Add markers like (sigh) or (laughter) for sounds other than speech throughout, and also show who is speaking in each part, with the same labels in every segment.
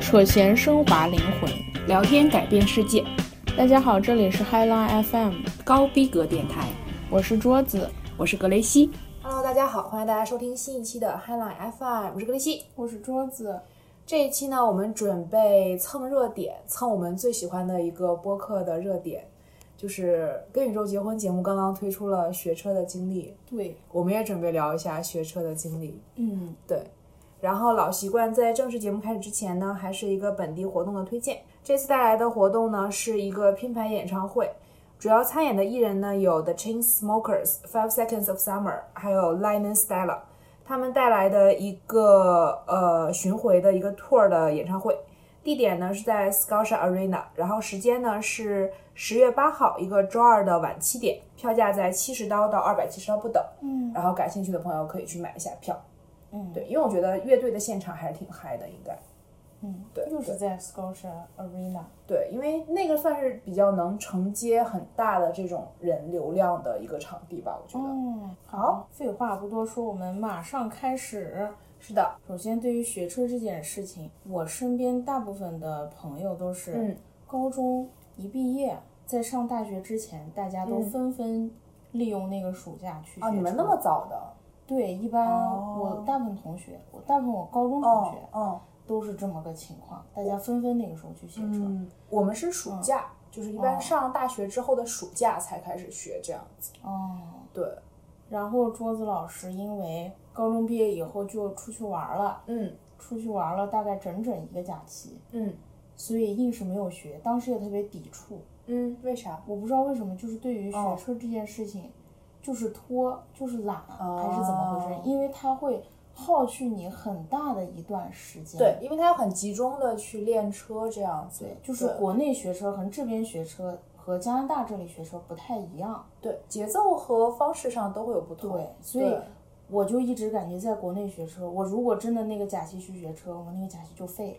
Speaker 1: 扯闲升华灵魂。
Speaker 2: 聊天改变世界，
Speaker 1: 大家好，这里是嗨浪 FM，
Speaker 2: 高逼格电台，
Speaker 1: 我是桌子，
Speaker 2: 我是格雷西。
Speaker 3: Hello，大家好，欢迎大家收听新一期的嗨浪 FM，我是格雷西。
Speaker 1: 我是桌子。
Speaker 3: 这一期呢，我们准备蹭热点，蹭我们最喜欢的一个播客的热点，就是《跟宇宙结婚》节目刚刚推出了学车的经历，
Speaker 1: 对，
Speaker 3: 我们也准备聊一下学车的经历。
Speaker 1: 嗯，
Speaker 3: 对。然后老习惯在正式节目开始之前呢，还是一个本地活动的推荐。这次带来的活动呢，是一个拼盘演唱会，主要参演的艺人呢有 The Chainsmokers、Five Seconds of Summer，还有 Lion Stella，他们带来的一个呃巡回的一个 tour 的演唱会。地点呢是在 Scotia Arena，然后时间呢是十月八号一个周二的晚七点，票价在七十刀到二百七十刀不等。嗯，然后感兴趣的朋友可以去买一下票。对，因为我觉得乐队的现场还是挺嗨的，应该。嗯，对，
Speaker 1: 就
Speaker 3: 对
Speaker 1: 是在 Scotia Arena。
Speaker 3: 对，因为那个算是比较能承接很大的这种人流量的一个场地吧，我觉得。
Speaker 1: 嗯，好，废话不多说，我们马上开始。
Speaker 3: 是的，
Speaker 1: 首先，对于学车这件事情，我身边大部分的朋友都是
Speaker 3: 嗯
Speaker 1: 高中一毕业，在上大学之前，大家都
Speaker 3: 嗯
Speaker 1: 纷纷利用那个暑假去学车。
Speaker 3: 啊，你们那么早的？
Speaker 1: 对，一般
Speaker 3: 哦
Speaker 1: 我大部分同学，我大部分我高中同
Speaker 3: 哦
Speaker 1: 学，
Speaker 3: 哦，
Speaker 1: 都是这么个情况，大家纷纷那个时候去学车。
Speaker 3: 嗯，我们是暑假，就是一般
Speaker 1: 哦
Speaker 3: 上大学之后的暑假才开始学这样子。
Speaker 1: 哦，
Speaker 3: 对，
Speaker 1: 然后桌子老师因为高中毕业以后就出去玩了，
Speaker 3: 嗯
Speaker 1: 出去玩了大概整整一个假期，
Speaker 3: 嗯
Speaker 1: 所以硬是没有学。当时也特别抵触，
Speaker 3: 嗯，为啥？
Speaker 1: 我不知道为什么，就是对于学
Speaker 3: 哦
Speaker 1: 车这件事情，就是拖，就是懒，还是怎么回事
Speaker 3: 哦？
Speaker 1: 因为它会耗去你很大的一段时间。
Speaker 3: 对，因为他要很集中的去练车这样子
Speaker 1: 嗯对，，就是
Speaker 3: 对
Speaker 1: 国内学车和这边学车和加拿大这里学车不太一样。
Speaker 3: 对节奏和方式上都会有不同。
Speaker 1: 对，所以
Speaker 3: 对
Speaker 1: 我就一直感觉在国内学车，我如果真的那个假期去学车，我那个假期就废了，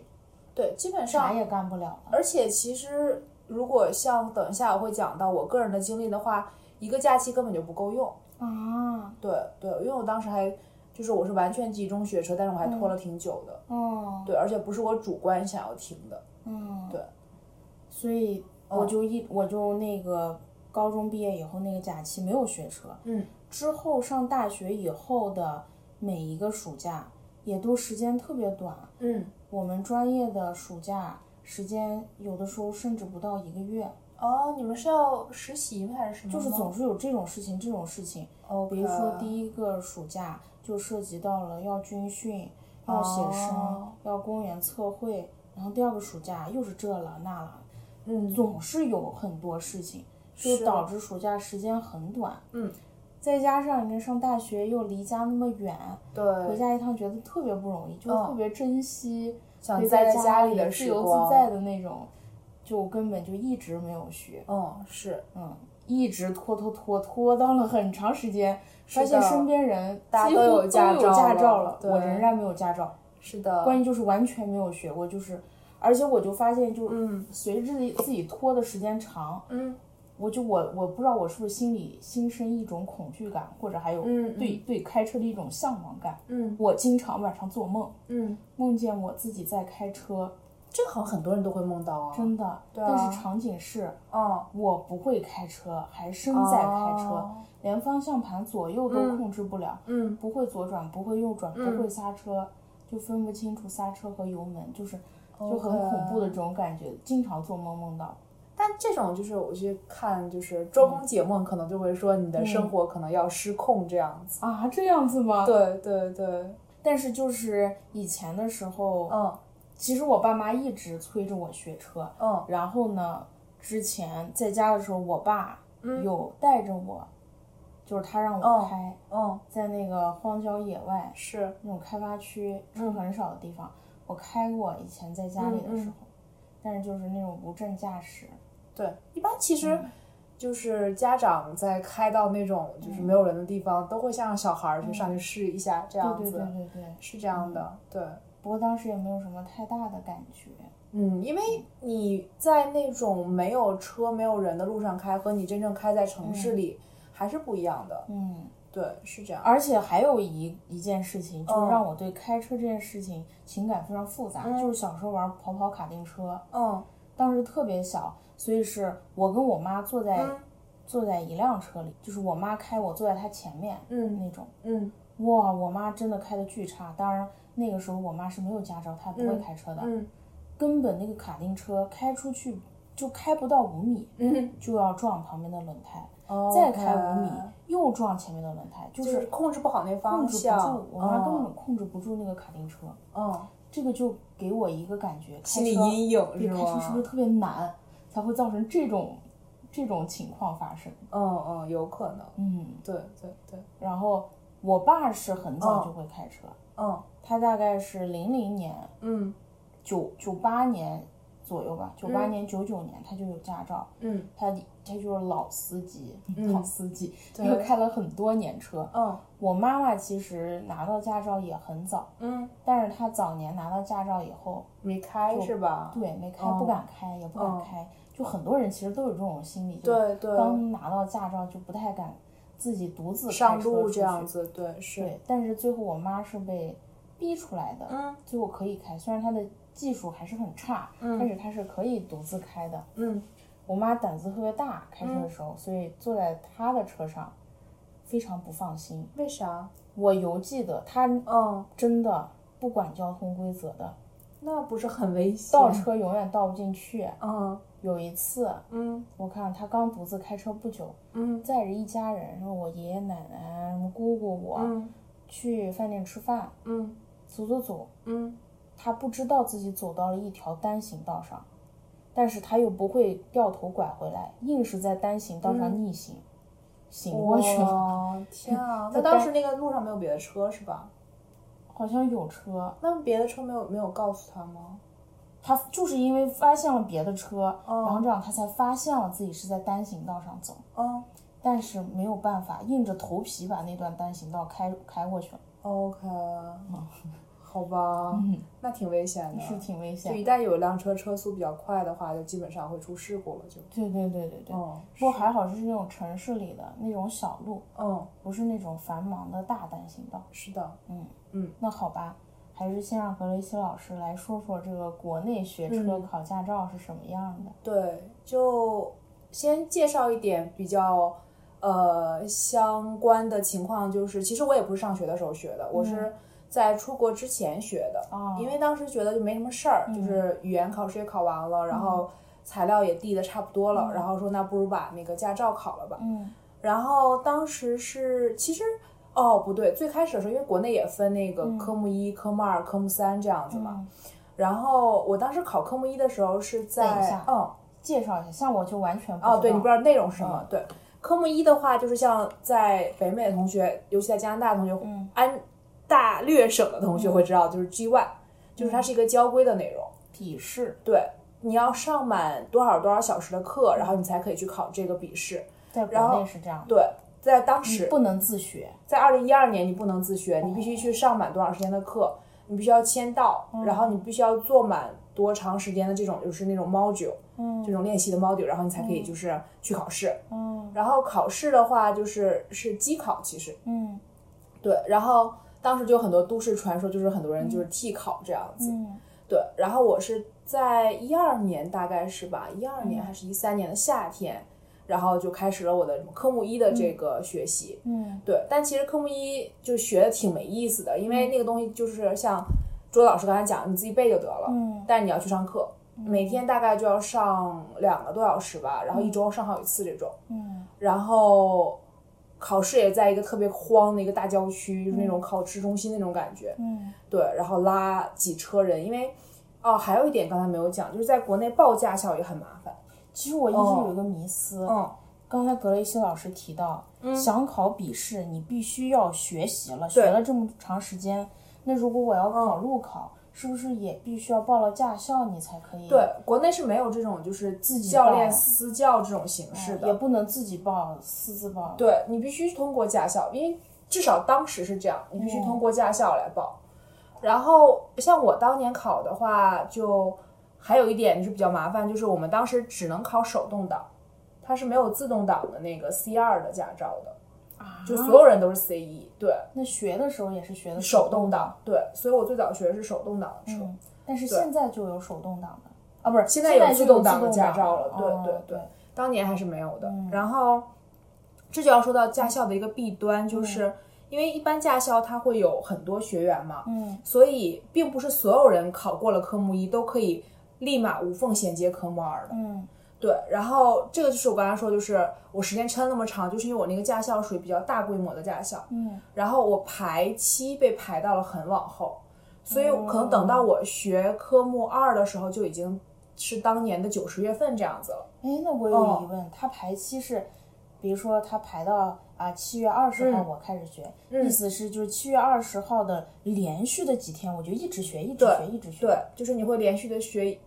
Speaker 3: 对，基本上
Speaker 1: 啥也干不了了。
Speaker 3: 而且其实，如果像等一下我会讲到我个人的经历的话，一个假期根本就不够用。
Speaker 1: 啊，
Speaker 3: 对对，因为我当时还就是我是完全集中学车，但是我还
Speaker 1: 嗯
Speaker 3: 拖了挺久的。
Speaker 1: 哦，
Speaker 3: 对，而且不是我主观想要停的。
Speaker 1: 嗯，
Speaker 3: 对，
Speaker 1: 所以
Speaker 3: 嗯
Speaker 1: 我就一、我就那个高中毕业以后那个假期没有学车，
Speaker 3: 嗯，
Speaker 1: 之后上大学以后的每一个暑假也都时间特别短，
Speaker 3: 嗯，
Speaker 1: 我们专业的暑假时间有的时候甚至不到一个月，
Speaker 3: 哦，你们是要实习吗还是什么吗？
Speaker 1: 就是总是有这种事情，这种事情。
Speaker 3: 哦，
Speaker 1: 比如说第一个暑假就涉及到了要军训、要写生、
Speaker 3: 哦
Speaker 1: 要公园测绘，然后第二个暑假又是这了那了，
Speaker 3: 嗯
Speaker 1: 总是有很多事情，就是导致暑假时间很短。
Speaker 3: 嗯，
Speaker 1: 再加上你看上大学又离家那么远，回
Speaker 3: 对，
Speaker 1: 家一趟觉得特别不容易，就
Speaker 3: 嗯
Speaker 1: 特别珍惜可
Speaker 3: 想
Speaker 1: 以
Speaker 3: 待
Speaker 1: 在
Speaker 3: 在家
Speaker 1: 里
Speaker 3: 里的
Speaker 1: 自
Speaker 3: 时
Speaker 1: 由
Speaker 3: 光。
Speaker 1: 自在的那种，就根本就一直没有学。
Speaker 3: 嗯，是
Speaker 1: 嗯，一直拖拖拖拖到了很长时间，
Speaker 3: 是
Speaker 1: 发
Speaker 3: 的
Speaker 1: 现身边人
Speaker 3: 大家
Speaker 1: 几乎
Speaker 3: 都有驾
Speaker 1: 有
Speaker 3: 照
Speaker 1: 驾
Speaker 3: 了
Speaker 1: 照了，
Speaker 3: 对
Speaker 1: 我仍然没有驾照。
Speaker 3: 是的，
Speaker 1: 关键就是完全没有学过，就是，而且我就发现，就
Speaker 3: 嗯
Speaker 1: 随着自己自己拖的时间长，
Speaker 3: 嗯
Speaker 1: 我就我我不知道我是不是心里心生一种恐惧感，或者还有
Speaker 3: 嗯
Speaker 1: 对对开车的一种向往感。
Speaker 3: 嗯
Speaker 1: 我经常晚上做梦，
Speaker 3: 嗯，
Speaker 1: 梦见我自己在开车，
Speaker 3: 这个好像哦很多人都会梦到啊。
Speaker 1: 真的，
Speaker 3: 啊
Speaker 1: 但是场景是
Speaker 3: 嗯，
Speaker 1: 我不会开车，还身在开车，
Speaker 3: 哦
Speaker 1: 连方向盘左右都控制不了，
Speaker 3: 嗯
Speaker 1: 不会左转，不会右转，
Speaker 3: 嗯
Speaker 1: 不会刹车，就分不清楚刹车和油门，就是就很恐怖的这种感觉，经常做梦梦到。
Speaker 3: 但这种就是我去看，就是周公解梦，可能就会说你的
Speaker 1: 嗯
Speaker 3: 生活可能要失控这样子。
Speaker 1: 啊，这样子吗？。
Speaker 3: 对对对，
Speaker 1: 但是就是以前的时候，
Speaker 3: 嗯
Speaker 1: 其实我爸妈一直催着我学车，
Speaker 3: 嗯
Speaker 1: 然后呢，之前在家的时候，我爸有带着我，就是他让我
Speaker 3: 哦
Speaker 1: 开，
Speaker 3: 嗯，
Speaker 1: 在那个荒郊野外，
Speaker 3: 是
Speaker 1: 那种开发区车很少的地方，我开过以前在家里
Speaker 3: 嗯
Speaker 1: 的时候，但是就是那种无证驾驶，
Speaker 3: 对。一般其实
Speaker 1: 嗯
Speaker 3: 就是家长在开到那种就是没有人的地方，都会像让小孩儿去上去试一下这样
Speaker 1: 嗯对对对嗯
Speaker 3: 子，
Speaker 1: 对对。
Speaker 3: 是这样的，对。
Speaker 1: 不过当时也没有什么太大的感觉，
Speaker 3: 嗯，因为你在那种没有车、没有人的路上开，和你真正开在城市里还是不一样的。
Speaker 1: 嗯，
Speaker 3: 对，是这样。
Speaker 1: 而且还有一一件事情，就是
Speaker 3: 嗯
Speaker 1: 让我对开车这件事情情感非常复杂，就是小时候玩跑跑卡丁车，
Speaker 3: 嗯
Speaker 1: 当时特别小，所以是我跟我妈坐在、
Speaker 3: 嗯
Speaker 1: 坐在一辆车里，就是我妈开，我坐在她前面，
Speaker 3: 嗯
Speaker 1: 那种。
Speaker 3: 嗯
Speaker 1: 哇，我妈真的开的巨差。当然那个时候我妈是没有驾照，她也不会开车的，
Speaker 3: 嗯
Speaker 1: 根本那个卡丁车开出去就开不到五米，
Speaker 3: 嗯，
Speaker 1: 就要撞旁边的轮胎，
Speaker 3: 哦
Speaker 1: 再开五米又撞前面的轮胎，就
Speaker 3: 就是
Speaker 1: 是
Speaker 3: 控制不好那
Speaker 1: 控
Speaker 3: 方
Speaker 1: 制
Speaker 3: 向
Speaker 1: 不住，，我妈
Speaker 3: 嗯
Speaker 1: 根本控制不住那个卡丁车。
Speaker 3: 嗯
Speaker 1: 这个就给我一个感觉，
Speaker 3: 心理
Speaker 1: 开车
Speaker 3: 阴影
Speaker 1: 对
Speaker 3: 是
Speaker 1: 开车是
Speaker 3: 吗
Speaker 1: 不是？特别难，才会造成这种这种情况发生？
Speaker 3: 嗯嗯，有可能，
Speaker 1: 嗯，
Speaker 3: 对对对，
Speaker 1: 然后我爸是很早
Speaker 3: 嗯
Speaker 1: 就会开车，
Speaker 3: 嗯
Speaker 1: 他大概是零零年
Speaker 3: 嗯
Speaker 1: 九九八年左右吧，九八
Speaker 3: 嗯
Speaker 1: 年九九年他就有驾照，
Speaker 3: 嗯
Speaker 1: 他他就是老司机，
Speaker 3: 嗯
Speaker 1: 老司机，
Speaker 3: 对
Speaker 1: 又开了很多年车。
Speaker 3: 嗯
Speaker 1: 我妈妈其实拿到驾照也很早，
Speaker 3: 嗯，
Speaker 1: 但是她早年拿到驾照以后，
Speaker 3: 没开是吧？
Speaker 1: 对，没开，
Speaker 3: 哦
Speaker 1: 不敢开，也不敢
Speaker 3: 哦
Speaker 1: 开。就很多人其实都有这种心理，就
Speaker 3: 对对，
Speaker 1: 刚拿到驾照就不太敢自己独自开
Speaker 3: 上
Speaker 1: 车
Speaker 3: 路
Speaker 1: 出
Speaker 3: 这样
Speaker 1: 去。
Speaker 3: 子，对是，
Speaker 1: 对，但是最后我妈是被逼出来的，
Speaker 3: 嗯
Speaker 1: 最后可以开。虽然她的技术还是很差，但是她是可以独自开的。
Speaker 3: 嗯
Speaker 1: 我妈胆子特别大，开车的时候，所以坐在她的车上非常不放心。
Speaker 3: 为啥？
Speaker 1: 我犹记得她
Speaker 3: 嗯，
Speaker 1: 真的不管交通规则的，
Speaker 3: 那不是很危险？
Speaker 1: 倒车永远倒不进去。
Speaker 3: 嗯
Speaker 1: 有一次，
Speaker 3: 嗯
Speaker 1: 我看她刚独自开车不久，
Speaker 3: 嗯
Speaker 1: 载着一家人，然后我爷爷奶奶、什么姑姑我、
Speaker 3: 嗯
Speaker 1: 去饭店吃饭，
Speaker 3: 嗯
Speaker 1: 走走走，
Speaker 3: 嗯
Speaker 1: 她不知道自己走到了一条单行道上，但是她又不会掉头拐回来，硬是在单行道上逆行，行过去了。
Speaker 3: 嗯哇
Speaker 1: (laughs)
Speaker 3: 天啊！
Speaker 1: 在
Speaker 3: 那当
Speaker 1: 单
Speaker 3: 时那个路上没有别的车是吧？
Speaker 1: 好像有车，
Speaker 3: 那别的车没有没有告诉他吗？
Speaker 1: 她就是因为发现了别的车，
Speaker 3: 哦
Speaker 1: 然后这样她才发现了自己是在单行道上走，
Speaker 3: 嗯
Speaker 1: 但是没有办法，硬着头皮把那段单行道开开过去了，
Speaker 3: ，OK，好吧，那挺危险
Speaker 1: 哦
Speaker 3: 的。
Speaker 1: 嗯是挺危
Speaker 3: 就
Speaker 1: 险。
Speaker 3: 一旦有一辆车车速比较快的话，就基本上会出事故了，就。
Speaker 1: 对对对对对，
Speaker 3: 嗯
Speaker 1: 不过还好是那种城市里的那种小路，
Speaker 3: 嗯，
Speaker 1: 不是那种繁忙的大单行道。
Speaker 3: 是的，嗯
Speaker 1: 那好吧，还是先让格雷西老师来说说这个国内学车
Speaker 3: 嗯
Speaker 1: 考驾照是什么样的。
Speaker 3: 对，就先介绍一点比较呃相关的情况，就是其实我也不是上学的时候学的，我是在出国之前学的，
Speaker 1: 嗯哦嗯
Speaker 3: 因为当时觉得就没什么事儿，就是语言考试也考完了，然后材料也递的差不多了，然后说那不如把那个驾照考了吧。
Speaker 1: 嗯
Speaker 3: 然后当时是其实哦不对，最开始的时候因为国内也分那个科目一、科目二、科目三这样子嘛。
Speaker 1: 嗯，
Speaker 3: 然后我当时考科目一的时候是
Speaker 1: 等一
Speaker 3: 在
Speaker 1: 下
Speaker 3: 嗯
Speaker 1: 介绍一下，像我就完全不
Speaker 3: 哦对，你不知
Speaker 1: 道。
Speaker 3: 道内容是什么、对。科目一的话，就是像在北美的同学，尤其在加拿大的同学，
Speaker 1: 嗯
Speaker 3: 安大略省的同学会知道，就是 G one，就是它是一个交规的内容。
Speaker 1: 笔试
Speaker 3: 对，你要上满多少多少小时的课，然后你才可以去考这个笔试。
Speaker 1: 在
Speaker 3: 然
Speaker 1: 国
Speaker 3: 后
Speaker 1: 内是这样的，
Speaker 3: 对，在当时
Speaker 1: 不能自学。
Speaker 3: 在二零一二年，你不能自学，你必须去上满多长时间的课，你必须要签到，然后你必须要做满多长时间的这种就是那种 module，、这种练习的 module，然后你才可以就是去考试。
Speaker 1: 嗯
Speaker 3: 然后考试的话，就是是机考，其实
Speaker 1: 嗯
Speaker 3: 对。然后当时就有很多都市传说，就是很多人就是替考这样子。
Speaker 1: 嗯
Speaker 3: 对，然后我是在一二年，大概是吧，一二
Speaker 1: 嗯
Speaker 3: 年还是一三年的夏天，然后就开始了我的科目一的这个学习。
Speaker 1: 嗯
Speaker 3: 对，但其实科目一就学的挺没意思的，因
Speaker 1: 嗯
Speaker 3: 为那个东西就是像朱老师刚才讲，你自己背就得了，
Speaker 1: 嗯
Speaker 3: 但你要去上课，每天大概就要上两个多小时吧，然后一周上好几次这种，
Speaker 1: 嗯
Speaker 3: 然后考试也在一个特别荒的一个大郊区，就是那种考试中心那种感觉，
Speaker 1: 嗯
Speaker 3: 对，然后拉几车人，因为哦，还有一点刚才没有讲，就是在国内报驾校也很麻烦，
Speaker 1: 其实我一直有一个迷思，
Speaker 3: 嗯，
Speaker 1: 刚才格雷西老师提到，想考笔试，你必须要学习了，学了这么长时间，那如果我要考路考，是不是也必须要报了驾校，你才可以？
Speaker 3: 嗯对，，国内是没有这种就是自
Speaker 1: 嗯己
Speaker 3: 教
Speaker 1: 报啊哦
Speaker 3: 练私教这种形式的，
Speaker 1: 也不能自己报，私自报。，
Speaker 3: 对你必须通过驾校，因为至少当时是这样，你必
Speaker 1: 嗯
Speaker 3: 须通过驾校来报。然后像我当年考的话，就还有一点就是比较麻烦，就是我们当时只能考手动挡，它是没有自动挡的那个 C 二的驾照的。
Speaker 1: 啊
Speaker 3: 就所有人都是 CE，对，
Speaker 1: 那学的时候也是学的
Speaker 3: 手动挡，对，所以我最早学的是手动挡的车，
Speaker 1: 嗯，但是现在就有手动挡的啊，不是，现
Speaker 3: 现在
Speaker 1: 在
Speaker 3: 有
Speaker 1: 就
Speaker 3: 自动挡
Speaker 1: 挡
Speaker 3: 的驾照了，
Speaker 1: 哦
Speaker 3: 对对
Speaker 1: 对
Speaker 3: 对，当年还是没有的。
Speaker 1: 嗯
Speaker 3: 然后这就要说到驾校的一个弊端，就是因为一般驾校它会有很多学员嘛，
Speaker 1: 嗯，
Speaker 3: 所以并不是所有人考过了科目一都可以立马无缝衔接科目二的，
Speaker 1: 嗯
Speaker 3: 对，然后这个就是我刚才说，就是我时间撑那么长，就是因为我那个驾校属于比较大规模的驾校，
Speaker 1: 嗯，
Speaker 3: 然后我排期被排到了很往后，所以
Speaker 1: 哦
Speaker 3: 可能等到我学科目二的时候，就已经是当年的九十月份这样子了。
Speaker 1: 哎，那我有
Speaker 3: 嗯
Speaker 1: 疑问，它排期是，比如说它排到啊七月二十号
Speaker 3: 嗯
Speaker 1: 我开始学，意思是就是七月二十号的连续的几天我就一直学，一直学，一直学，
Speaker 3: 对，就是你会连续的学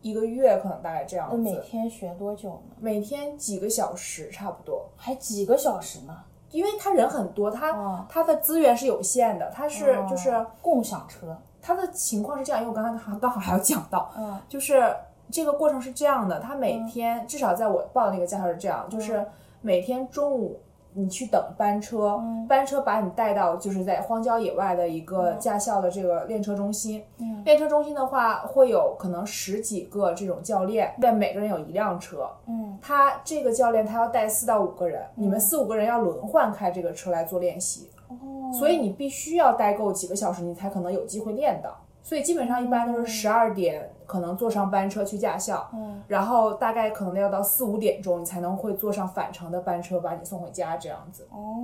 Speaker 3: 一个月，可能大概这样
Speaker 1: 那嗯每
Speaker 3: 子，
Speaker 1: 天学多久呢？
Speaker 3: 每天几个小时差不多。
Speaker 1: 还几个小时呢？
Speaker 3: 因为他人很多，他、
Speaker 1: 哦
Speaker 3: 他的资源是有限的，他是
Speaker 1: 哦
Speaker 3: 就是、
Speaker 1: 共享车，
Speaker 3: 他的情况是这样，因为我刚刚好刚好还要讲到，
Speaker 1: 嗯，
Speaker 3: 就是这个过程是这样的，他每天、至少在我报那个驾校是这样，
Speaker 1: 嗯
Speaker 3: 就是每天中午你去等班车，
Speaker 1: 嗯
Speaker 3: 班车把你带到就是在荒郊野外的一个驾校的这个练车中心。
Speaker 1: 嗯
Speaker 3: 练车中心的话，会有可能十几个这种教练，但每个人有一辆车。
Speaker 1: 嗯，
Speaker 3: 他这个教练他要带四到五个人，你们四五个人要轮换开这个车来做练习。
Speaker 1: 哦，
Speaker 3: 所以你必须要待够几个小时，你才可能有机会练到。所以基本上一般都是十二点可能坐上班车去驾校，
Speaker 1: 嗯，
Speaker 3: 然后大概可能要到四五点钟，你才能会坐上返程的班车把你送回家这样子。
Speaker 1: 哦，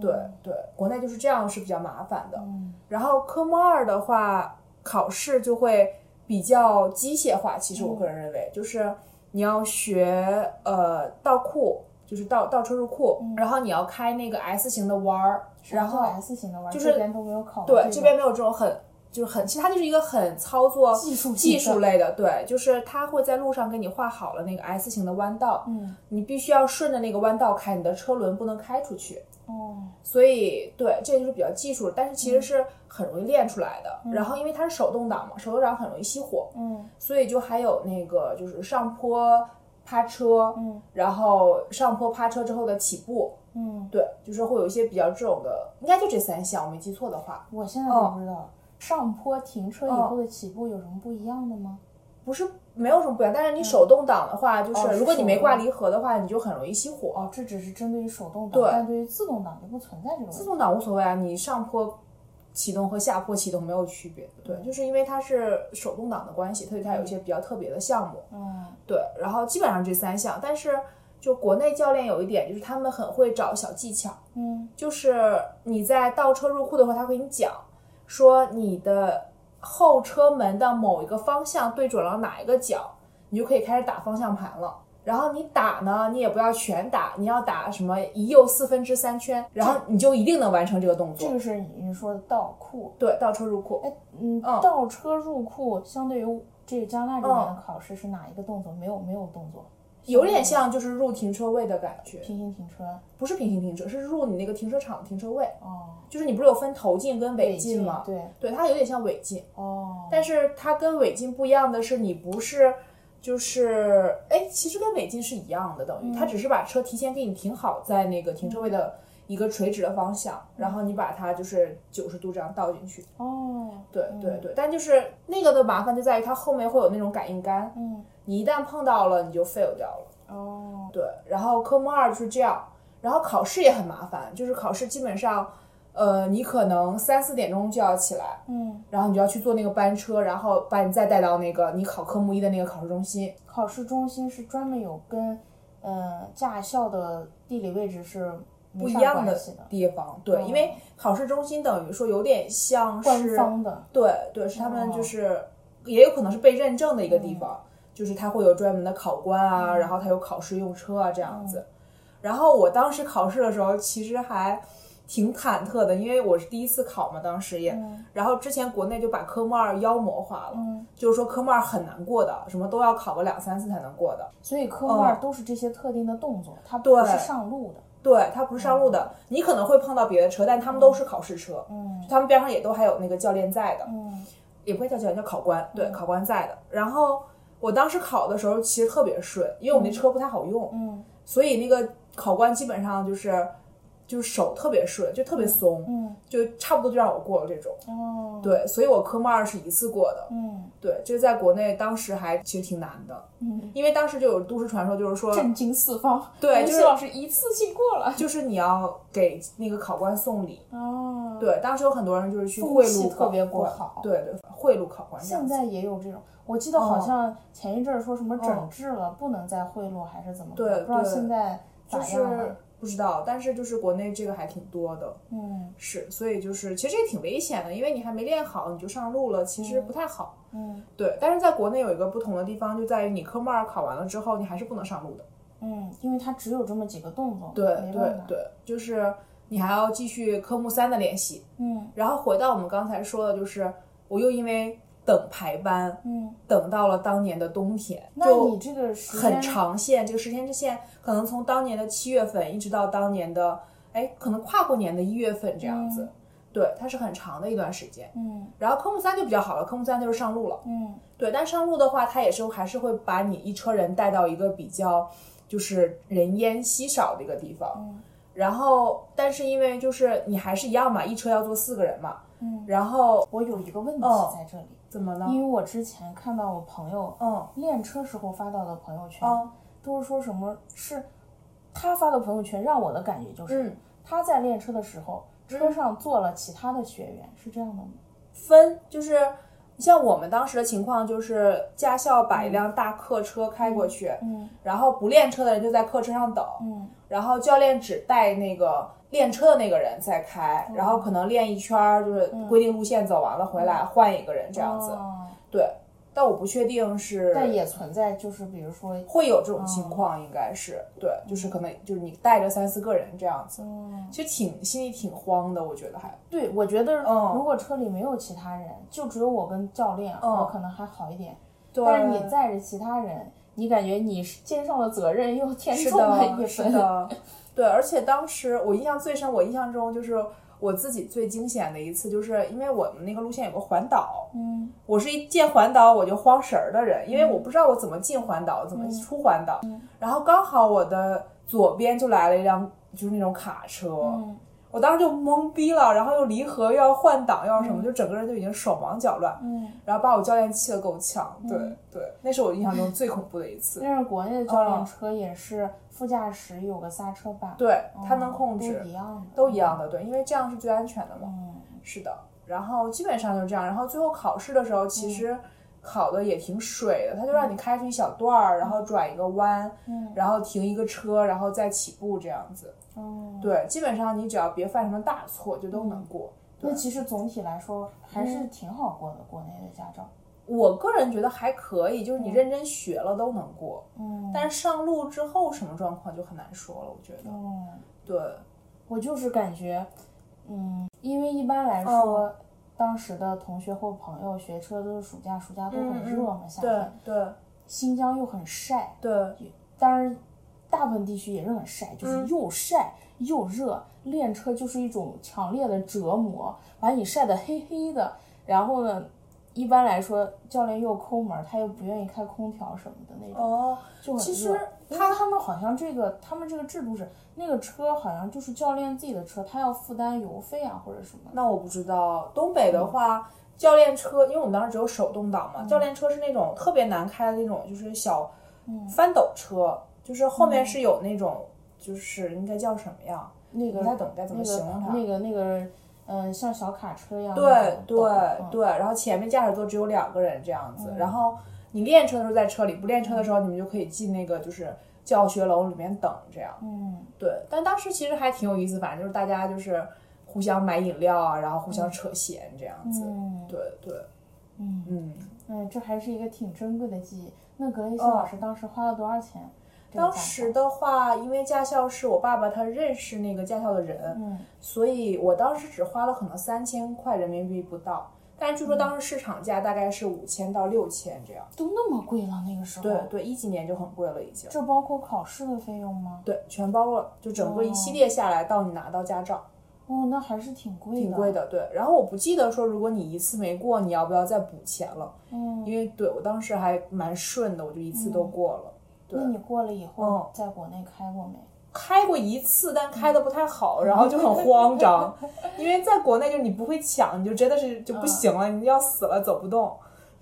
Speaker 3: 对对，国内就是这样是比较麻烦的。
Speaker 1: 嗯，
Speaker 3: 然后科目二的话，考试就会比较机械化。其
Speaker 1: 嗯
Speaker 3: 实我个人认为，就是你要学呃倒库，就是倒倒车入库，
Speaker 1: 嗯
Speaker 3: 然后你要开那个 S 型的弯儿，然后
Speaker 1: 做 S 型的玩，
Speaker 3: 就是
Speaker 1: 这边都没有考过
Speaker 3: 对
Speaker 1: 个，
Speaker 3: 这边没有这种很就是很，其实它就是一个很操作
Speaker 1: 技术性
Speaker 3: 技
Speaker 1: 的
Speaker 3: 术类的，对，就是它会在路上给你画好了那个 S 型的弯道，
Speaker 1: 嗯，
Speaker 3: 你必须要顺着那个弯道开，你的车轮不能开出去。
Speaker 1: 哦，
Speaker 3: 所以，对，这就是比较技术，但是其实是很容易练出来的。然后，因为它是手动挡嘛，手动挡很容易熄火，
Speaker 1: 嗯
Speaker 3: 所以就还有那个就是上坡趴车，
Speaker 1: 嗯
Speaker 3: 然后上坡趴车之后的起步，
Speaker 1: 嗯，
Speaker 3: 对，就是会有一些比较这种的，应该就这三项，我没记错的话。
Speaker 1: 我现在
Speaker 3: 哦
Speaker 1: 都不知道上坡停车以后的起步有什么不一样的吗？
Speaker 3: 不是没有什么不一样，但是你手动挡的话，就
Speaker 1: 嗯哦
Speaker 3: 是
Speaker 1: 是
Speaker 3: 如果你没
Speaker 1: 手动
Speaker 3: 挂离合的话，你就很容易熄火。
Speaker 1: 哦，这只是针对于手动挡
Speaker 3: 对，
Speaker 1: 但对于自动挡就不存在这个问
Speaker 3: 自
Speaker 1: 题。
Speaker 3: 动挡无所谓啊，你上坡启动和下坡启动没有区别。对，
Speaker 1: 嗯
Speaker 3: 就是因为它是手动挡的关系，所以它有一些比较特别的项目。
Speaker 1: 嗯
Speaker 3: 对，然后基本上这三项，但是就国内教练有一点就是他们很会找小技巧，
Speaker 1: 嗯
Speaker 3: 就是你在倒车入库的时候，他会给你讲说你的后车门的某一个方向对准了哪一个角，你就可以开始打方向盘了。然后你打呢，你也不要全打，你要打什么一右四分之三圈，然后你就一定能完成这个动
Speaker 1: 这
Speaker 3: 作。
Speaker 1: 个是你你说的倒库，
Speaker 3: 对，倒车入库。
Speaker 1: 哎，嗯，
Speaker 3: 嗯
Speaker 1: 倒车入库相对于这个加拿大这边的考试是哪一个动作？没有没有动作，
Speaker 3: 有点像就是入停车位的感觉，
Speaker 1: 平行停车。
Speaker 3: 不是平行停车，是入你那个停车场的停车位。
Speaker 1: 哦，
Speaker 3: 就是你不是有分头进跟尾进吗？
Speaker 1: 对，
Speaker 3: 对，它有点像尾进，
Speaker 1: 哦，
Speaker 3: 但是它跟尾进不一样的是，你不是就是哎，其实跟尾进是一样的，等于、它只是把车提前给你停好在那个停车位的一个垂直的方向，然后你把它就是九十度这样倒进去。
Speaker 1: 哦，
Speaker 3: 对对对，但就是那个的麻烦就在于它后面会有那种感应杆，
Speaker 1: 嗯，
Speaker 3: 你一旦碰到了你就 fail 掉了。
Speaker 1: 哦，
Speaker 3: 对，然后科目二就是这样，然后考试也很麻烦，就是考试基本上，呃，你可能三四点钟就要起来，
Speaker 1: 嗯，
Speaker 3: 然后你就要去坐那个班车，然后把你再带到那个你考科目一的那个考试中心。
Speaker 1: 考试中心是专门有跟，呃，驾校的地理位置是
Speaker 3: 不
Speaker 1: 不
Speaker 3: 一样
Speaker 1: 的嗯
Speaker 3: 的，地方，对，因为考试中心等于说有点像
Speaker 1: 官
Speaker 3: 是，
Speaker 1: 方的，
Speaker 3: 对对，是他们就是、也有可能是被认证的一个地方，就是它会有专门的考官啊，然后它有考试用车啊这样子。然后我当时考试的时候，其实还挺忐忑的，因为我是第一次考嘛，当时也，然后之前国内就把科目二妖魔化了，就是说科目二很难过的，什么都要考个两三次才能过的。
Speaker 1: 所以科目二都是这些特定的动作，它不
Speaker 3: 哦对
Speaker 1: 是上路的。
Speaker 3: 对，它不是上路的，你可能会碰到别的车，但他们都是考试车，嗯，他们边上也都还有那个教练在的，
Speaker 1: 嗯
Speaker 3: 也不会叫教练，叫考官，对，考官在的。然后我当时考的时候其实特别顺，因为我们那车不太好用，
Speaker 1: 嗯
Speaker 3: 所以那个考官基本上就是就是手特别顺，就特别松，
Speaker 1: 嗯，
Speaker 3: 就差不多就让我过了这种。
Speaker 1: 哦，
Speaker 3: 对，所以我科目二是一次过的。
Speaker 1: 嗯
Speaker 3: 对，这在国内当时还其实挺难的，
Speaker 1: 嗯，
Speaker 3: 因为当时就有都市传说，就是说，
Speaker 1: 震惊四方。
Speaker 3: 对
Speaker 1: 吴奇
Speaker 3: 就是
Speaker 1: 老师一次性过了。
Speaker 3: 就是你要给那个考官送礼。
Speaker 1: 哦，，
Speaker 3: 对，当时有很多人就是去
Speaker 1: 风
Speaker 3: 贿
Speaker 1: 气
Speaker 3: 赂
Speaker 1: 特
Speaker 3: 考
Speaker 1: 别不
Speaker 3: 官
Speaker 1: 好
Speaker 3: 对对，贿赂考官这样
Speaker 1: 现
Speaker 3: 子。
Speaker 1: 在也有这种，我记得
Speaker 3: 哦
Speaker 1: 好像前一阵儿说什么整治了，不能再贿赂还是怎么的，
Speaker 3: 对
Speaker 1: 不知道
Speaker 3: 对
Speaker 1: 现在咋
Speaker 3: 就
Speaker 1: 样了。
Speaker 3: 是不知道，但是就是国内这个还挺多的，
Speaker 1: 嗯
Speaker 3: 是，所以就是其实也挺危险的，因为你还没练好你就上路了，其实不太好。
Speaker 1: 嗯
Speaker 3: 对，但是在国内有一个不同的地方，就在于你科目二考完了之后，你还是不能上路的。
Speaker 1: 嗯，因为他只有这么几个动作，
Speaker 3: 对
Speaker 1: 没
Speaker 3: 对
Speaker 1: 办法。
Speaker 3: 对，就是你还要继续科目三的练习。
Speaker 1: 嗯
Speaker 3: 然后回到我们刚才说的，就是我又因为等排班，
Speaker 1: 嗯，
Speaker 3: 等到了当年的冬天，
Speaker 1: 那你
Speaker 3: 就
Speaker 1: 这个时间
Speaker 3: 很，长线，这个时间之线可能从当年的七月份一直到当年的，哎，可能跨过年的一月份这样子。
Speaker 1: 嗯
Speaker 3: 对，它是很长的一段时间。
Speaker 1: 嗯
Speaker 3: 然后科目三就比较好了，科目三就是上路了。
Speaker 1: 嗯
Speaker 3: 对，但上路的话，它也是还是会把你一车人带到一个比较就是人烟稀少的一个地方。
Speaker 1: 嗯
Speaker 3: 然后，但是因为就是你还是一样嘛，一车要坐四个人嘛。
Speaker 1: 嗯，
Speaker 3: 然后
Speaker 1: 我有一个问题
Speaker 3: 哦
Speaker 1: 在这里，
Speaker 3: 怎么呢？
Speaker 1: 因为我之前看到我朋友
Speaker 3: 嗯
Speaker 1: 练车时候发到的朋友圈，
Speaker 3: 嗯
Speaker 1: 都是说什么是他发的朋友圈，让我的感觉就是、
Speaker 3: 嗯，
Speaker 1: 他在练车的时候，车上坐了其他的学员，是这样的吗？
Speaker 3: 分就是像我们当时的情况，就是驾校把一辆大客车开过去，
Speaker 1: 嗯
Speaker 3: 然后不练车的人就在客车上等，
Speaker 1: 嗯
Speaker 3: 然后教练只带那个练车的那个人在开，
Speaker 1: 嗯
Speaker 3: 然后可能练一圈儿，就是规定路线走完了回来换一个人这样子。
Speaker 1: 嗯哦
Speaker 3: 对，但我不确定是
Speaker 1: 但也哦存在就是比如说，
Speaker 3: 会有这种情况，应该是、对，就是可能就是你带着三四个人这样子，
Speaker 1: 嗯，
Speaker 3: 其实挺心里挺慌的，我觉得还
Speaker 1: 对，我觉得
Speaker 3: 嗯
Speaker 1: 如果车里没有其他人，就只有我跟教练，
Speaker 3: 嗯
Speaker 1: 我可能还好一点。
Speaker 3: 对
Speaker 1: 但是你载着其他人，你感觉你是肩上的责任又添
Speaker 3: 是
Speaker 1: 重了
Speaker 3: 的，
Speaker 1: 一
Speaker 3: 是
Speaker 1: 分。
Speaker 3: 的，对。而且当时我印象最深，我印象中就是我自己最惊险的一次，就是因为我们那个路线有个环岛，
Speaker 1: 嗯
Speaker 3: 我是一见环岛我就慌神儿的人，因为我不知道我怎么进环岛，怎么
Speaker 1: 嗯
Speaker 3: 出环岛。然后刚好我的左边就来了一辆就是那种卡车，
Speaker 1: 嗯
Speaker 3: 我当时就懵逼了，然后又离合，又要换挡，又要什么，就整个人就已经手忙脚乱。
Speaker 1: 嗯，
Speaker 3: 然后把我教练气得够呛，对、对，那是我印象中最恐怖的一次。
Speaker 1: 但是国内的教练
Speaker 3: 嗯
Speaker 1: 车也是副驾驶有个刹车板，
Speaker 3: 对，
Speaker 1: 嗯，
Speaker 3: 它能控制，
Speaker 1: 都一样的，
Speaker 3: 都一样的，对，因为这样是最安全的嘛。
Speaker 1: 嗯。
Speaker 3: 是的，然后基本上就是这样。然后最后考试的时候，
Speaker 1: 嗯
Speaker 3: 其实考的也挺水的，他就让你开出一小段儿，然后转一个弯，
Speaker 1: 嗯
Speaker 3: 然后停一个车，然后再起步这样子。
Speaker 1: 嗯，
Speaker 3: 对，基本上你只要别犯什么大错，就都能过。对
Speaker 1: 那其实总体来说还
Speaker 3: 嗯
Speaker 1: 是挺好过的，国内的驾照。
Speaker 3: 我个人觉得还可以，就是你认真学了都能过，
Speaker 1: 嗯，
Speaker 3: 但是上路之后什么状况就很难说了。我觉得，
Speaker 1: 嗯，
Speaker 3: 对，
Speaker 1: 我就是感觉，嗯，因为一般来
Speaker 3: 哦
Speaker 1: 说，当时的同学或朋友学车都是暑假，暑假都很热嘛，夏
Speaker 3: 嗯对
Speaker 1: 天，
Speaker 3: 对
Speaker 1: 新疆又很晒，
Speaker 3: 对，
Speaker 1: 当然大部分地区也是很晒，
Speaker 3: 嗯
Speaker 1: 就是又晒又热，练车就是一种强烈的折磨，把你晒得黑黑的，然后呢。一般来说，教练又抠门儿，他又不愿意开空调什么的那种，
Speaker 3: 哦，
Speaker 1: 就很热。
Speaker 3: 其实
Speaker 1: 他他们好像这个他们这个制度是那个车好像就是教练自己的车，他要负担油费啊或者什么。
Speaker 3: 那我不知道，东
Speaker 1: 嗯
Speaker 3: 北的话，教练车，因为我们当时只有手动挡嘛，教练车是那种特别难开的那种，就是小
Speaker 1: 嗯
Speaker 3: 翻斗车，就是后面是有那种，就是应该叫什么呀？
Speaker 1: 那个
Speaker 3: 不太懂该怎么形容它
Speaker 1: 那个那个那个，嗯，像小卡车一样那
Speaker 3: 对
Speaker 1: 种。
Speaker 3: 对
Speaker 1: 嗯
Speaker 3: 对，然后前面驾驶座只有两个人这样子，然后你练车的时候在车里，不练车的时
Speaker 1: 嗯
Speaker 3: 候你们就可以进那个就是教学楼里面等这样。
Speaker 1: 嗯
Speaker 3: 对，但当时其实还挺有意思，反正就是大家就是互相买饮料啊，然后互相扯闲这样子。
Speaker 1: 嗯
Speaker 3: 对对，
Speaker 1: 嗯
Speaker 3: 嗯。
Speaker 1: 嗯，这还是一个挺珍贵的记忆。那格雷西
Speaker 3: 嗯
Speaker 1: 老师当时花了多少钱？这个
Speaker 3: 当
Speaker 1: 驾
Speaker 3: 时
Speaker 1: 照
Speaker 3: 的话，因为驾校是我爸爸他认识那个驾校的人，
Speaker 1: 嗯
Speaker 3: 所以我当时只花了可能三千块人民币不到，但是据说当时市场价大概是五千到六千这样。
Speaker 1: 都那么贵了，那个时候。
Speaker 3: 对对，一几年就很贵了已经。
Speaker 1: 这包括考试的费用吗？
Speaker 3: 对，全包了，就整个一系列下来到你拿到驾照，
Speaker 1: 哦，那还是挺贵的。
Speaker 3: 挺贵。的。对，然后我不记得说如果你一次没过，你要不要再补钱了？
Speaker 1: 嗯，
Speaker 3: 因为对我当时还蛮顺的，我就一次都过了。对
Speaker 1: 那，你过了以后
Speaker 3: 嗯
Speaker 1: 在国内开过没？
Speaker 3: 开过一次，但开的不太好，然后就很慌 (laughs) 张，因为在国内就你不会抢，你就真的是就不行了，你要死了走不动。